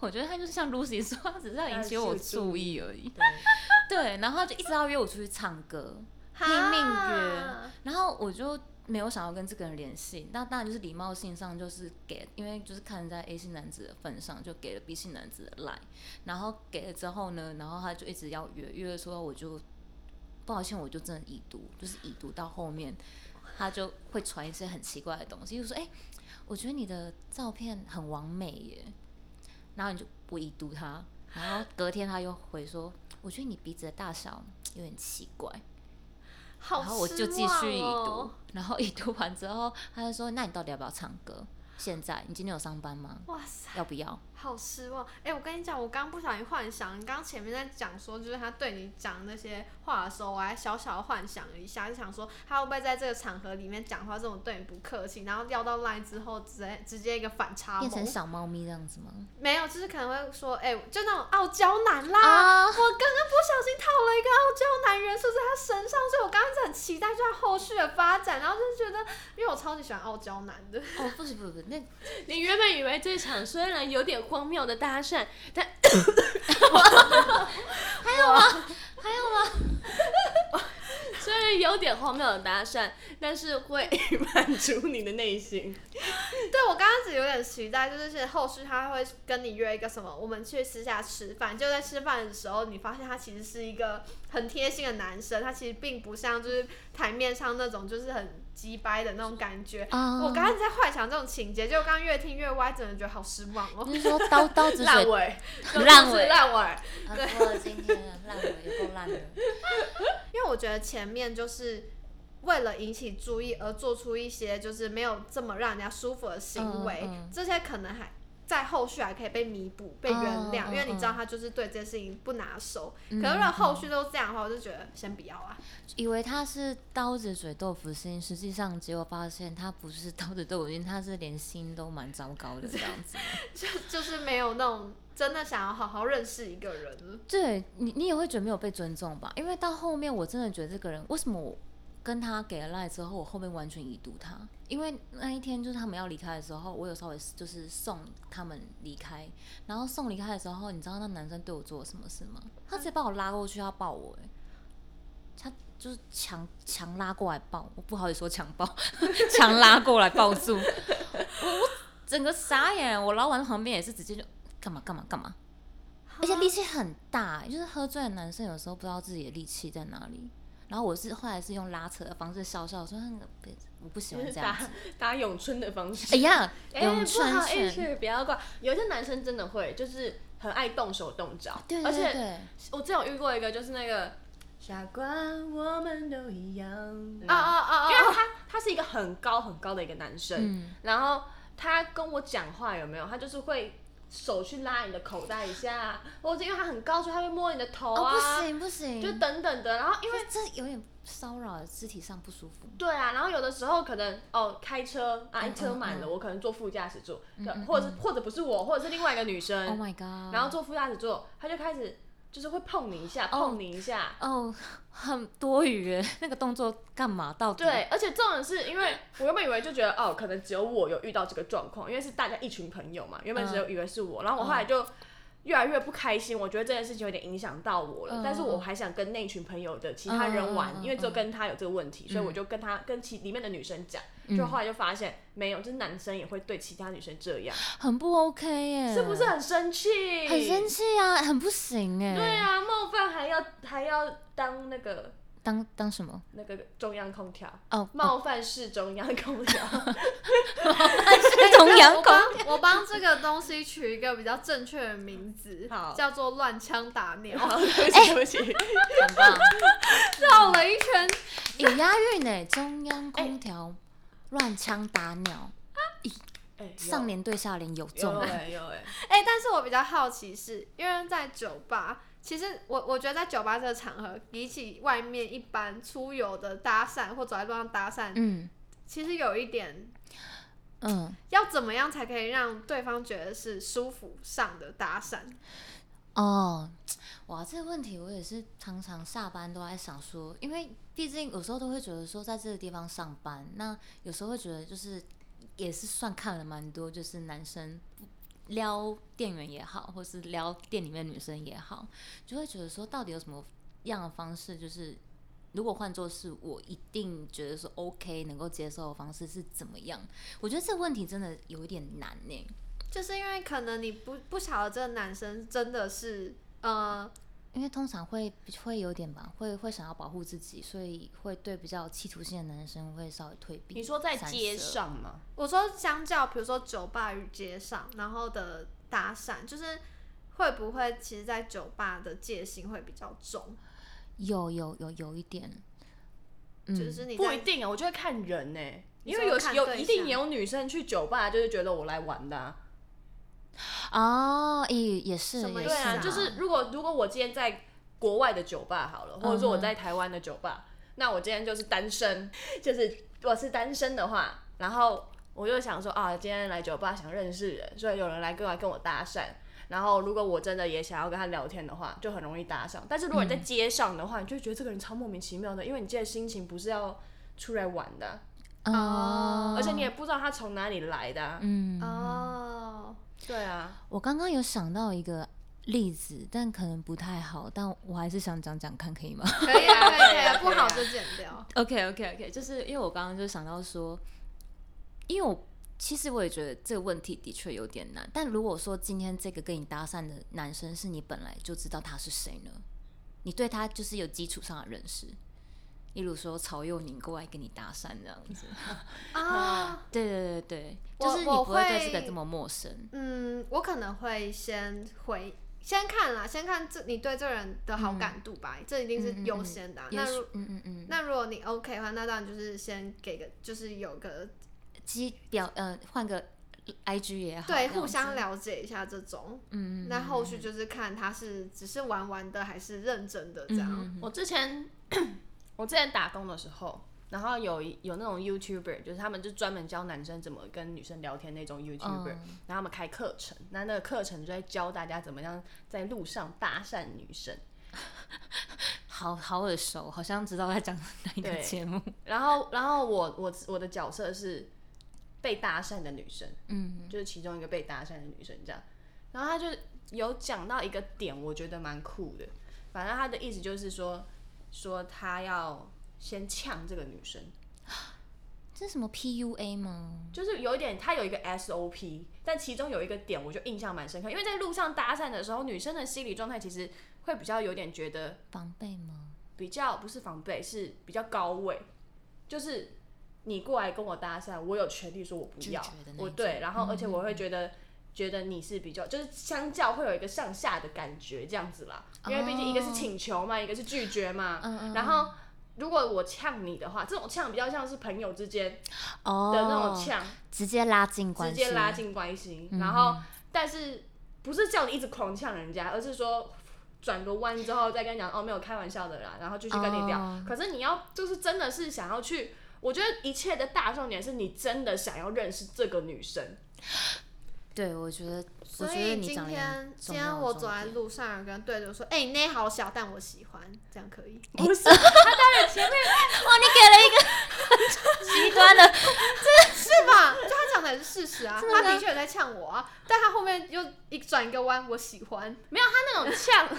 我觉得他就是像 Lucy 说，他只是要引起我注意而已。 对，然后他就一直要约我出去唱歌，拼命约，啊然后我就没有想要跟这个人联系。那当然就是礼貌性上就是给，因为就是看在 A 姓男子的份上，就给了 B 姓男子的 line。然后给了之后呢，然后他就一直要约，约了之后我就抱歉，我就真的已读，就是已读到后面，他就会传一些很奇怪的东西，就说：“哎、我觉得你的照片很完美耶。”然后你就不已读他，然后隔天他又回说：“我觉得你鼻子的大小有点奇怪。好、哦然后我就继续已读，，然后已 读完之后，他就说：“那你到底要不要唱歌？现在你今天有上班吗？哇塞！要不要好失望！哎、我跟你讲，我刚不小心幻想，你刚前面在讲说，就是他对你讲那些话的时候，我还小小的幻想了一下，就想说他会不会在这个场合里面讲话这种对你不客气，然后撂到 line 之后，直接直接一个反差变萌成，小猫咪这样子吗没有，就是可能会说，哎、就那种傲娇男？”啦。啊我，刚刚不小心套了一个傲娇男元素在他身上，所以我刚刚一直很期待就他后续的发展，然后就觉得，因为我超级喜欢傲娇男的，哦，不行不行，不行那 你原本以为这场虽然有点荒谬的搭讪， 但 还有吗？还有吗？虽然有点荒谬的搭讪，但是会 满足你的内心。对，我刚开始有点期待，就是是后续他会跟你约一个什么，我们去私下吃饭。就在吃饭的时候，你发现他其实是一个很贴心的男生，他其实并不像就是台面上那种就是很鸡掰的那种感觉。啊，我刚开始在幻想这种情节，就刚刚越听越歪，真的觉得好失望哦。你是说 刀刀子烂嘴尾，烂尾是烂尾，啊，过了今天了，烂尾也够烂的。因为我觉得前面就是为了引起注意而做出一些就是没有这么让人家舒服的行为，嗯嗯这些可能还在后续还可以被弥补、被原谅，嗯因嗯为你知道他就是对这件事情不拿手。嗯可是如果后续都这样的话，我就觉得先不要啊。以为他是刀子嘴豆腐心，实际上结果发现他不是刀子豆腐心，他是连心都蛮糟糕的这样子。就就是没有那种真的想要好好认识一个人。对你，你也会觉得没有被尊重吧？因为到后面我真的觉得这个人，为什么我跟他给了赖之后，我后面完全已读他？因为那一天就是他们要离开的时候，我有稍微就是送他们离开，然后送离开的时候，你知道那男生对我做了什么事吗？他直接把我拉过去，他抱我、欸，他就是强强拉过来抱，我不好意思说强抱， 强拉过来抱住，我 我整个傻眼，我老板旁边也是直接就干嘛干嘛干嘛。而啊且力啊气很大，就是喝醉的男生有时候不知道自己的力气在哪里。然后我是后来是用拉扯的方式笑笑，我说那个别，我不喜欢这打样 子。打咏春的方哎式。呀，哎、咏不春好意拳，思，不要怪。有些男生真的会，就是很爱动手动脚，对而对且对，我之前有遇过一个，就是那个傻瓜，我们都一样。嗯啊啊啊因啊！为他他是一个很高很高的一个男生，嗯然后他跟我讲话有没有？他就是会手去拉你的口袋一下，或者因为他很高，所以他会摸你的头哦啊，不行不行，就等等的。然后因为这这有点骚扰，肢体上不舒服。对啊，然后有的时候可能哦开车啊，嗯车满了，嗯我可能坐副驾驶座，对，嗯嗯或者是或者不是我，或者是另外一个女生 Oh my god！嗯然后坐副驾驶座，他就开始就是会碰你一下，哦碰你一下。哦，很多余耶，那个动作干嘛？到底对，而且重点是因为我原本以为就觉得哦，可能只有我有遇到这个状况，因为是大家一群朋友嘛，原本只嗯有以为是我，然后我后来就越来越不开心，我觉得这件事情有点影响到我了，嗯但是我还想跟那群朋友的其他人玩，嗯嗯嗯嗯因为只有跟他有这个问题，所以嗯我就跟他跟其里面的女生讲，嗯就后来就发现没有，就是男生也会对其他女生这样，很不 OK 耶，是不是很生气？很生。气啊？很不行哎。对，啊，冒犯还要还要当那个当当什么？那个中央空调， 哦， 冒犯是中央空调。同阳我光。帮我帮这个东西取一个比较正确的名字好，叫做乱枪打鸟， 对不起，对不起。很棒绕了一圈，有押韵呢，中央空调乱枪打鸟，哎有上联对下联有中有啊。哎 有哎，哎、但是我比较好奇是，因为在酒吧，其实我我觉得在酒吧这个场合，比起外面一般出游的搭讪或走在路上搭讪，嗯其实有一点，嗯要怎么样才可以让对方觉得是舒服上的搭讪？哦，哇，这个问题我也是常常下班都在想说，因为毕竟有时候都会觉得说在这个地方上班，那有时候会觉得就是也是算看了蛮多，就是男生撩店员也好，或是撩店里面女生也好，就会觉得说到底有什么样的方式，就是如果换作是我，一定觉得说 OK 能够接受的方式是怎么样？我觉得这个问题真的有一点难呢、就是因为可能你不不晓得这个男生真的是，呃，因为通常会会有点吧，会会想要保护自己，所以会对比较有企图心的男生会稍微退避。你说在街闪射？上吗？我说相较，比如说酒吧与街上，然后的搭讪，就是会不会其实，在酒吧的戒心会比较重？有有有有一点，嗯，就是你在不一定啊，我觉得看人呢、欸因为你有说看有对一定象也有女生去酒吧就是觉得我来玩的、啊，哦，也也是，什么也意对思啊，就是如果如果我今天在国外的酒吧好嗯了，或者说我在台湾的酒吧，那我今天就是单 身，就是我是单身的话，然后我就想说啊，今天来酒吧想认识人，所以有人来跟来跟我搭讪。然后，如果我真的也想要跟他聊天的话，就很容易搭上。但是如果你在街上的话，嗯你就会觉得这个人超莫名其妙的，因为你今天心情不是要出来玩的啊，哦，而且你也不知道他从哪里来的啊、嗯 哦，对啊，我刚刚有想到一个例子，但可能不太好，但我还是想讲讲看，可以吗可以啊，可以对啊，啊不好就剪掉。 ？OK OK OK，就是因为我刚刚就想到说，因为我其实我也觉得这个问题的确有点难，但如果说今天这个跟你搭讪的男生是你本来就知道他是谁呢？你对他就是有基础上的认识，例如说曹佑宁过来跟你搭讪这样 子，嗯啊，对对对对，我就是你我不会对会这个这么陌生，嗯，我可能会先回。先看啦，先看这你对这个人的好感度吧，这一定是优先的啊、也那许如嗯嗯嗯嗯，那如果你 OK 的话，那当然就是先给个，就是有个基表呃换个 IG 也好，对这样互相子了解一下这种。嗯，那后续就是看他是只是玩玩的还是认真的这嗯样。我之前我之前打工的时候，然后有一有那种 YouTuber，就是他们就专门教男生怎么跟女生聊天那种 YouTuber，、然后他们开课程，那那个课程就在教大家怎么样在路上搭讪女生。好好耳熟，好像知道在讲 哪一个对节目。然后然后我我我的角色是被搭讪的女生，嗯，就是其中一个被搭讪的女生这样。然后他就有讲到一个点，我觉得蛮酷的。反正他的意思就是说，说他要先呛这个女生，这是什么 PUA 吗？就是有一点，它有一个 SOP，但其中有一个点我就印象蛮深刻，因为在路上搭讪的时候，女生的心理状态其实会比较有点觉得防备吗？比较不是防备，是比较高位，就是你过来跟我搭讪，我有权利说我不拒要绝的那，我一对，然后而且我会觉得。觉得你是比较，就是相较会有一个上下的感觉这样子啦，因为毕竟一个是请求嘛，一个是拒绝嘛。然后如果我呛你的话，这种呛比较像是朋友之间的哦那种呛，直接拉近关直系，嗯接拉近关系，然后但是不是叫你一直狂呛人家，而是说转个弯之后再跟你讲哦，没有开玩笑的啦，然后继续跟你聊。哦可是你要就是真的是想要去，我觉得一切的大重点是你真的想要认识这个女生，对，我觉得，我所觉得以你今讲得很天今重要天的我重走在点路上，有个人对着我说：“哎、你那好小，但我喜欢。”这样可以？不 是？哇，哦你给了一个 很极端的，是吧？就他讲的也是事实啊，他的确有在呛我啊，但他后面又一转一个弯，我喜欢。没有他那种呛，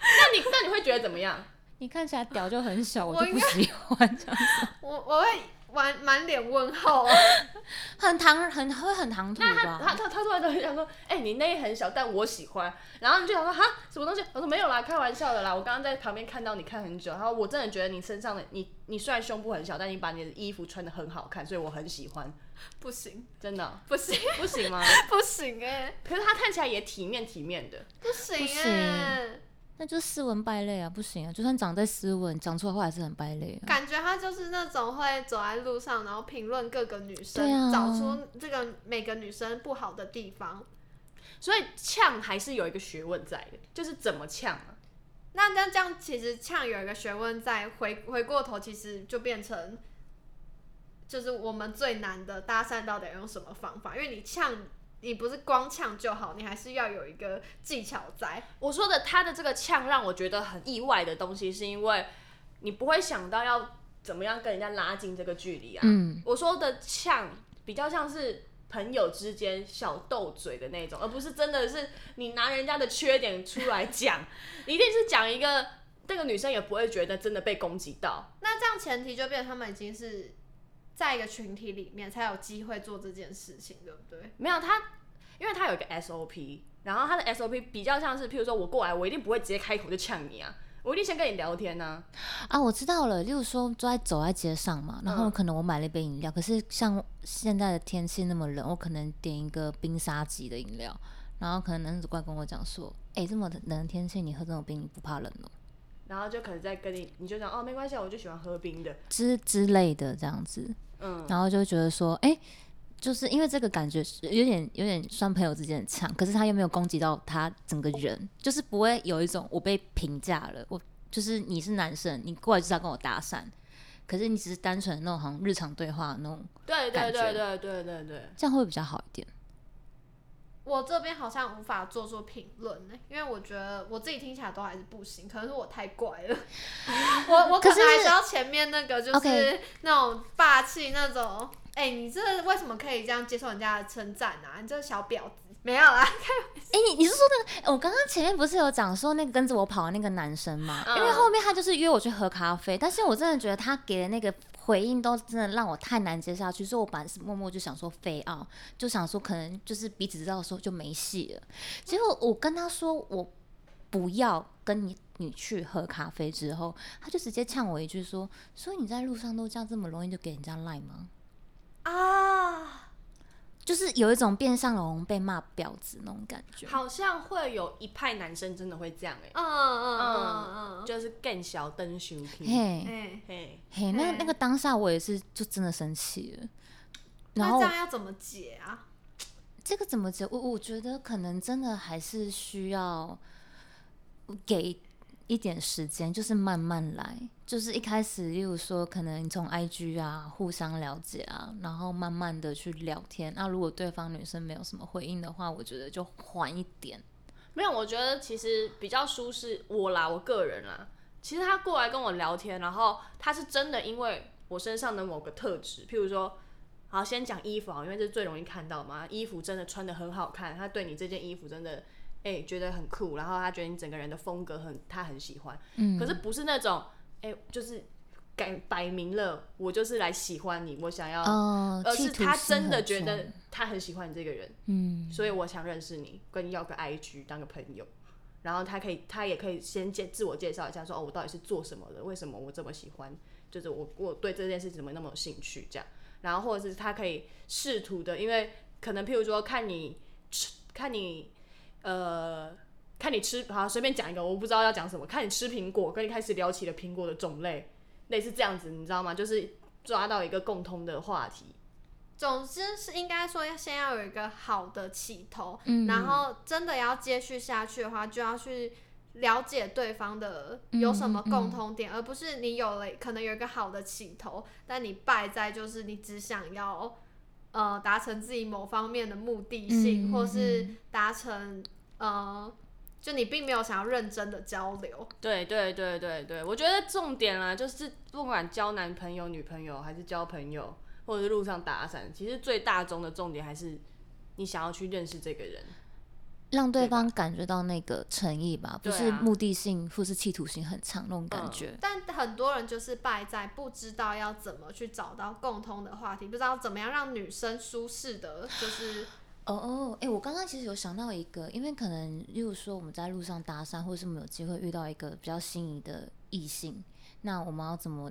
那你那你会觉得怎么样？你看起来屌就很 小，我我就应不该喜欢这样，我我会满满脸问号啊， 很唐很会很唐突那他他吧？他他突然就很想说，哎、你那很小，但我喜欢。然后你就想说，哈，什么东西？我说没有啦，开玩笑的啦。我刚刚在旁边看到你看很久，然后我真的觉得你身上的你，你虽然胸部很小，但你把你的衣服穿的很好看，所以我很喜欢。不行真的不行不行吗？不行哎、 可是他看起来也体面体面的，不行欸不行哎、那就斯文败类啊，不行啊！就算长得斯文，讲出来话还是很败类啊。感觉他就是那种会走在路上，然后评论各个女对生，啊找出这个每个女生不好的地方。所以呛还是有一个学问在的，就是怎么呛啊？那那这样其实呛有一个学问在，回回过头其实就变成，就是我们最难的搭讪到底要用什么方法？因为你呛，你不是光呛就好，你还是要有一个技巧在。我说的他的这个呛让我觉得很意外的东西，是因为你不会想到要怎么样跟人家拉近这个距离啊。嗯，我说的呛比较像是朋友之间小斗嘴的那种，而不是真的是你拿人家的缺点出来讲，你一定是讲一个那个女生也不会觉得真的被攻击到。那这样前提就变成他们已经是在一个群体里面才有机会做这件事情，对不对？没有他，因为他有一个 SOP，然后他的 SOP 比较像是，譬如说我过来，我一定不会直接开口就呛你啊，我一定先跟你聊天呢、啊。啊，我知道了。例如说，就在走在街上嘛，然后嗯可能我买了一杯饮料，可是像现在的天气那么冷，我可能点一个冰沙级的饮料，然后可能男主怪跟我讲说，哎、这么冷的天气，你喝这种冰你不怕冷哦、然后就可能在跟你，你就讲哦，没关系，啊，我就喜欢喝冰的，之之类的这样子，嗯，然后就觉得说，哎、就是因为这个感觉是有点有点算朋友之间的呛，可是他又没有攻击到他整个人，就是不会有一种我被评价了，我就是你是男生，你过来就是要跟我搭讪，可是你只是单纯那种好像日常对话那种，对对感觉对对对对对，这样会比较好一点。我这边好像无法做出评论呢，因为我觉得我自己听起来都还是不行，可能是我太怪 了。我我可可能是还是要前面那个就是 OK 那种霸气那种，哎、你这为什么可以这样接受人家的称赞啊？你这小婊子！没有啦，哎、你你是说那个？我刚刚前面不是有讲说那个跟着我跑的那个男生吗？因为后面他就是约我去喝咖啡，但是我真的觉得他给的那个回应都真的让我太难接下去，所以我本来是默默就想说飞奥，就想说可能就是彼此知道说就没戏了。结果我跟他说我不要跟你你去喝咖啡之后，他就直接呛我一句说：“所以你在路上都这样这么容易就给人家赖吗？”啊，就是有一种变相龙被骂婊子那种感觉。好像会有一派男生真的会这样哎、嗯嗯嗯嗯嗯，就是更小灯熊皮，嘿哎、嘿，嘿，那嗯那个当下我也是就真的生气了，那然后这样要怎么解啊？这个怎么解？我我觉得可能真的还是需要给一点时间，就是慢慢来，就是一开始，例如说可能从 IG 啊互相了解啊，然后慢慢的去聊天。那如果对方女生没有什么回应的话，我觉得就缓一点。没有，我觉得其实比较舒适我啦，我个人啦，其实他过来跟我聊天，然后他是真的因为我身上的某个特质，譬如说。好，先讲衣服啊，因为这是最容易看到嘛。衣服真的穿的很好看，他对你这件衣服真的，哎、觉得很酷，然后他觉得你整个人的风格很，他很喜欢。嗯，可是不是那种，哎、就是改摆明了，我就是来喜欢你，我想要，哦，呃而企是图他心真的很觉得重，他很喜欢你这个人，嗯，所以我想认识你，跟你要个 IG 当个朋友，然后他可以，他也可以先介自我介绍一下说哦，我到底是做什么的，为什么我这么喜欢，就是我我对这件事怎么那么有兴趣这样，然后或者是他可以试图的，因为可能譬如说看你吃，看你呃。看你吃，好随便讲一个，我不知道要讲什么。看你吃苹果，跟你开始聊起了苹果的种类，类似这样子，你知道吗？就是抓到一个共通的话题，总之是应该说要先要有一个好的起头，嗯然后真的要接续下去的话，就要去了解对方的有什么共同点，而不是你有了可能有一个好的起头，但你败在就是你只想要呃达成自己某方面的目的性，嗯嗯或是嗯达成呃，就你并没有想要认真的交流。对对对对对，我觉得重点啦，就是不管交男朋友、女朋友，还是交朋友，或者是路上打伞，其实最大宗的重点还是你想要去认识这个人。让对对吧方感觉到那个诚意吧，不对是啊目的性或是企图心很强那种感嗯觉。但很多人就是败在不知道要怎么去找到共通的话题，不知道怎么样让女生舒适的， 就是哦哦，哎，我刚刚其实有想到一个，因为可能，例如说我们在路上搭讪，或者是我们有机会遇到一个比较心仪的异性，那我们要怎么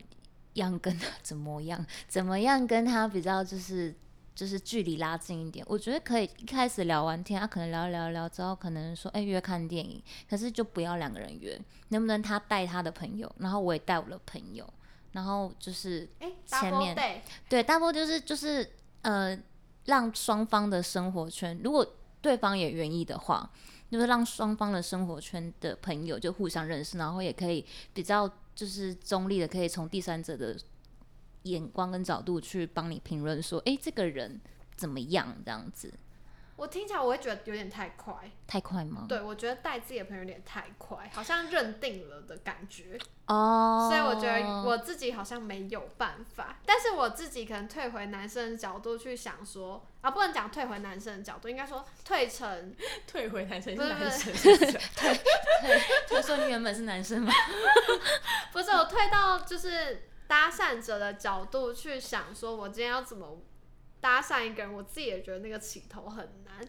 样跟他 怎么样，怎么样跟他比较就是就是距离拉近一点？我觉得可以一开始聊完天，他、啊可能聊一聊一聊之后，可能说哎约看电影，可是就不要两个人约，能不能他带他的朋友，然后我也带我的朋友，然后就是哎、前 double 面 day。对，大部分就是就是呃，让双方的生活圈，如果对方也愿意的话，就是让双方的生活圈的朋友就互相认识，然后也可以比较就是中立的，可以从第三者的眼光跟角度去帮你评论说，诶，这个人怎么样？这样子我听起来我会觉得有点太快，太快吗？对我觉得带自己的朋友有点太快，好像认定了的感觉，哦，所以我觉得 我自己好像没有办法。但是我自己可能退回男生的角度去想说，啊，不能讲退回男生的角度，应该说退成 退回男生不是是男不生是不是， 他说你原本是男生吗？不是我退到就是搭讪者的角度去想说，我今天要怎么搭讪一个人，我自己也觉得那个起头很难。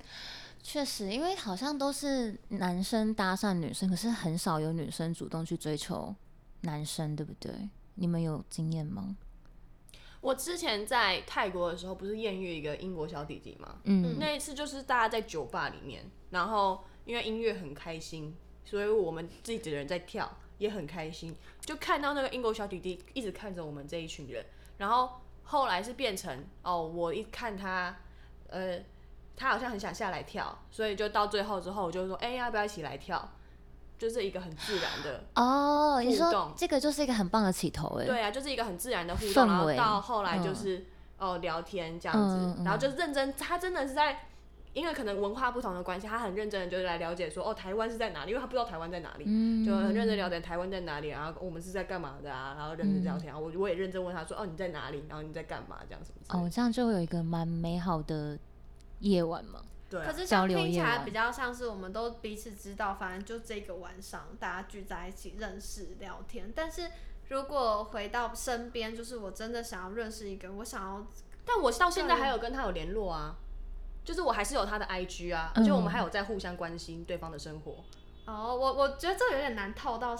确实，因为好像都是男生搭讪女生，可是很少有女生主动去追求男生，对不对？你们有经验吗？ 我之前在泰国的时候，不是艳遇一个英国小弟弟吗？嗯那一次就是大家在酒吧里面，然后因为音乐很开心，所以我们自己的人在跳也很开心，就看到那个英国小弟弟一直看着我们这一群人，然后后来是变成哦，我一看他，呃，他好像很想下来跳，所以就到最后之后，我就说，哎、要不要一起来跳？就是一个很自然的，哦，你互说动这个就是一个很棒的起头哎，对啊，就是一个很自然的互氛动，然后围到后来就是、哦聊天这样子，嗯嗯然后就认真，他真的是在。因为可能文化不同的关系，他很认真的就是来了解说，哦，台湾是在哪里？因为他不知道台湾在哪里，嗯，就很认真了解台湾在哪里，然后我们是在干嘛的啊，然后认真聊嗯天啊。我我也认真问他说，哦，你在哪里？然后你在干嘛？这样什么之类的。哦，这样就会有一个蛮美好的夜晚嘛。对啊、可是交像流听起夜来晚比较像是我们都彼此知道，反正就这个晚上大家聚在一起认识聊天。但是如果回到身边，就是我真的想要认识一个人，我想要但我到现在还有跟他有联络啊，就是我还是有他的 IG 啊，而嗯且我们还有在互相关心对方的生活。哦，我我觉得这有点难套到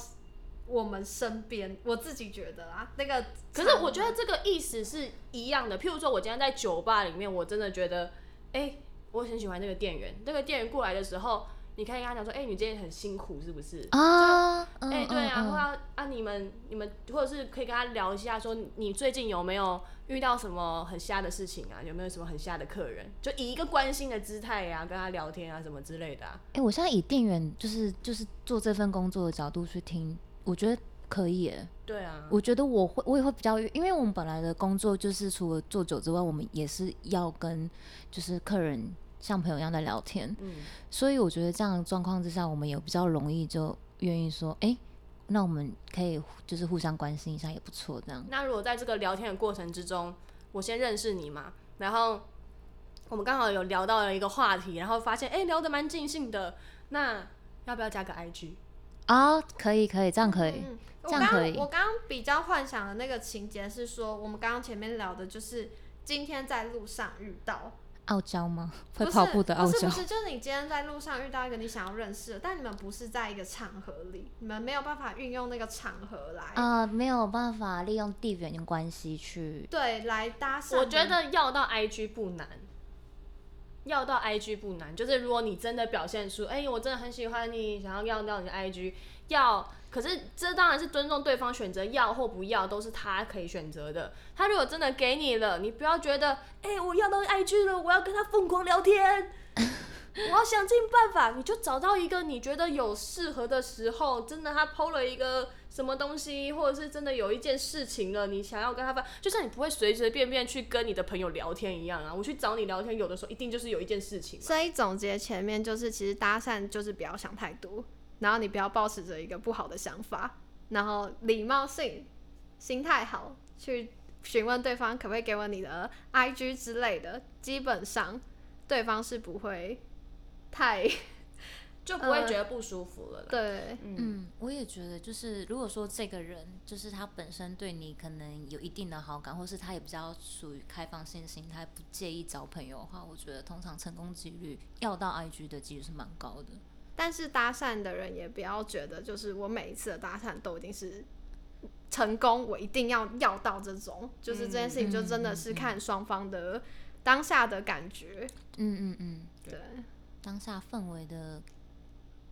我们身边，我自己觉得啦，那个可是我觉得这个意思是一样的。譬如说，我今天在酒吧里面，我真的觉得，哎、我很喜欢这个店员。那个店员过来的时候，你可以跟他讲说，哎、你今天很辛苦是不是？啊，嗯哎、对啊，嗯嗯或要啊，你们你们或者是可以跟他聊一下，说你最近有没有遇到什么很瞎的事情啊？有没有什么很瞎的客人？就以一个关心的姿态呀、啊，跟他聊天啊，什么之类的、啊。哎、我现在以店员就是就是做这份工作的角度去听，我觉得可以欸耶。对嗯啊，我觉得我会我也会比较，因为我们本来的工作就是除了做酒之外，我们也是要跟就是客人像朋友一样在聊天，嗯，所以我觉得这样的状况之下，我们也比较容易就愿意说，哎、那我们可以就是互相关心一下也不错，这样。那如果在这个聊天的过程之中，我先认识你嘛，然后我们刚好有聊到了一个话题，然后发现哎、聊得蛮尽兴的，那要不要加个 IG？啊、可以可以，这样可以。嗯，我这样刚可以我刚刚比较幻想的那个情节是说，我们刚刚前面聊的就是今天在路上遇到，傲娇吗？会不是跑步的傲不是娇不。 是，就是你今天在路上遇到一个你想要认识的，但你们不是在一个场合里，你们没有办法运用那个场合来，啊、没有办法利用地缘关系去对，来搭讪。我觉得要到 IG 不难，要到 IG 不难，就是如果你真的表现出，哎、我真的很喜欢你，想要要到你的 IG，要，可是这当然是尊重对方选择要或不要，都是他可以选择的。他如果真的给你了，你不要觉得，哎、我要到 IG 了，我要跟他疯狂聊天。我要想尽办法，你就找到一个你觉得有适合的时候，真的他抛了一个什么东西，或者是真的有一件事情了，你想要跟他分，就像你不会随随便便去跟你的朋友聊天一样啊。我去找你聊天，有的时候一定就是有一件事情嘛。所以总结前面就是，其实搭讪就是不要想太多，然后你不要抱持着一个不好的想法，然后礼貌性、心态好去询问对方可不可以给我你的 IG 之类的，基本上对方是不会太就不会觉得不舒服了啦。对。嗯，我也觉得，就是如果说这个人就是他本身对你可能有一定的好感，或是他也比较属于开放性心态，不介意找朋友的话，我觉得通常成功几率要到 IG 的几率是蛮高的。但是搭讪的人也不要觉得，就是我每一次的搭讪都一定是成功，我一定要要到这种，就是这件事情就真的是看双方的当下的感觉，嗯嗯嗯，对。当下氛围的，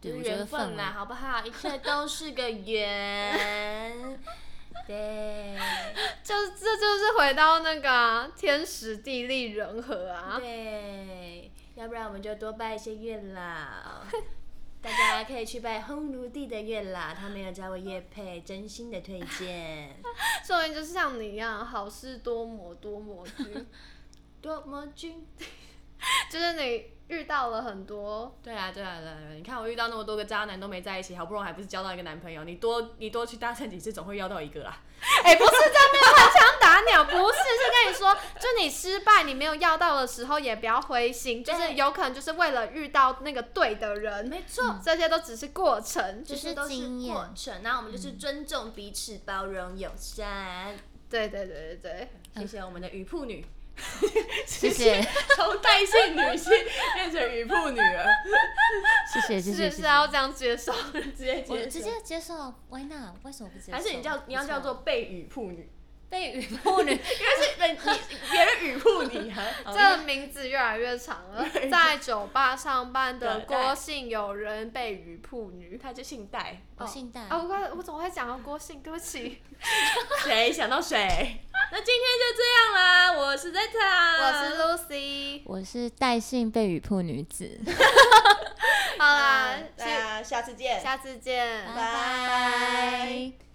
对，就是我觉得缘氛分围啦， 好不好？一切都是个缘。 对就是这就是回到那个啊、天时地利人和啊。对，要不然我们就多拜一些月老。大家可以去拜烘炉地的月老，他没有找我叶配，真心的推荐。说明就是像你一样，好事多磨多磨君，多么君。就是你遇到了很多。 对啊，对啊，对啊，对啊你看我遇到那么多个渣男都没在一起，好不容易还不是交到一个男朋友，你多你多去搭讪几次，总会要到一个啦。哎、不是在那边乱枪打鸟，不是，是跟你说，就你失败，你没有要到的时候，也不要灰心，就是对有可能就是为了遇到那个对的人，没错，这些都只是过程。嗯就就是是都是嗯经验过程，那我们就是尊重彼此，包容友善。对对对对对，谢谢我们的雨铺女，谢谢从带性女性变成雨铺女了，谢谢谢谢是谢是啊谢，要这样介绍。直接我接直受接接受，Why not？为什么不接受？还是你叫你要不错叫做被雨铺女，被雨妇女别人语护你还 这个名字越来越长了。在酒吧上班的对郭姓友人被渔铺女。他就姓戴，哦不信嗯蛋啊，我刚才我总会讲到郭姓，对不起，谁想到谁？那今天就这样啦，我是 Zeta，我是 Lucy。我是带姓被雨铺女子，好啦，嗯啊大家下次见，下次见，拜拜。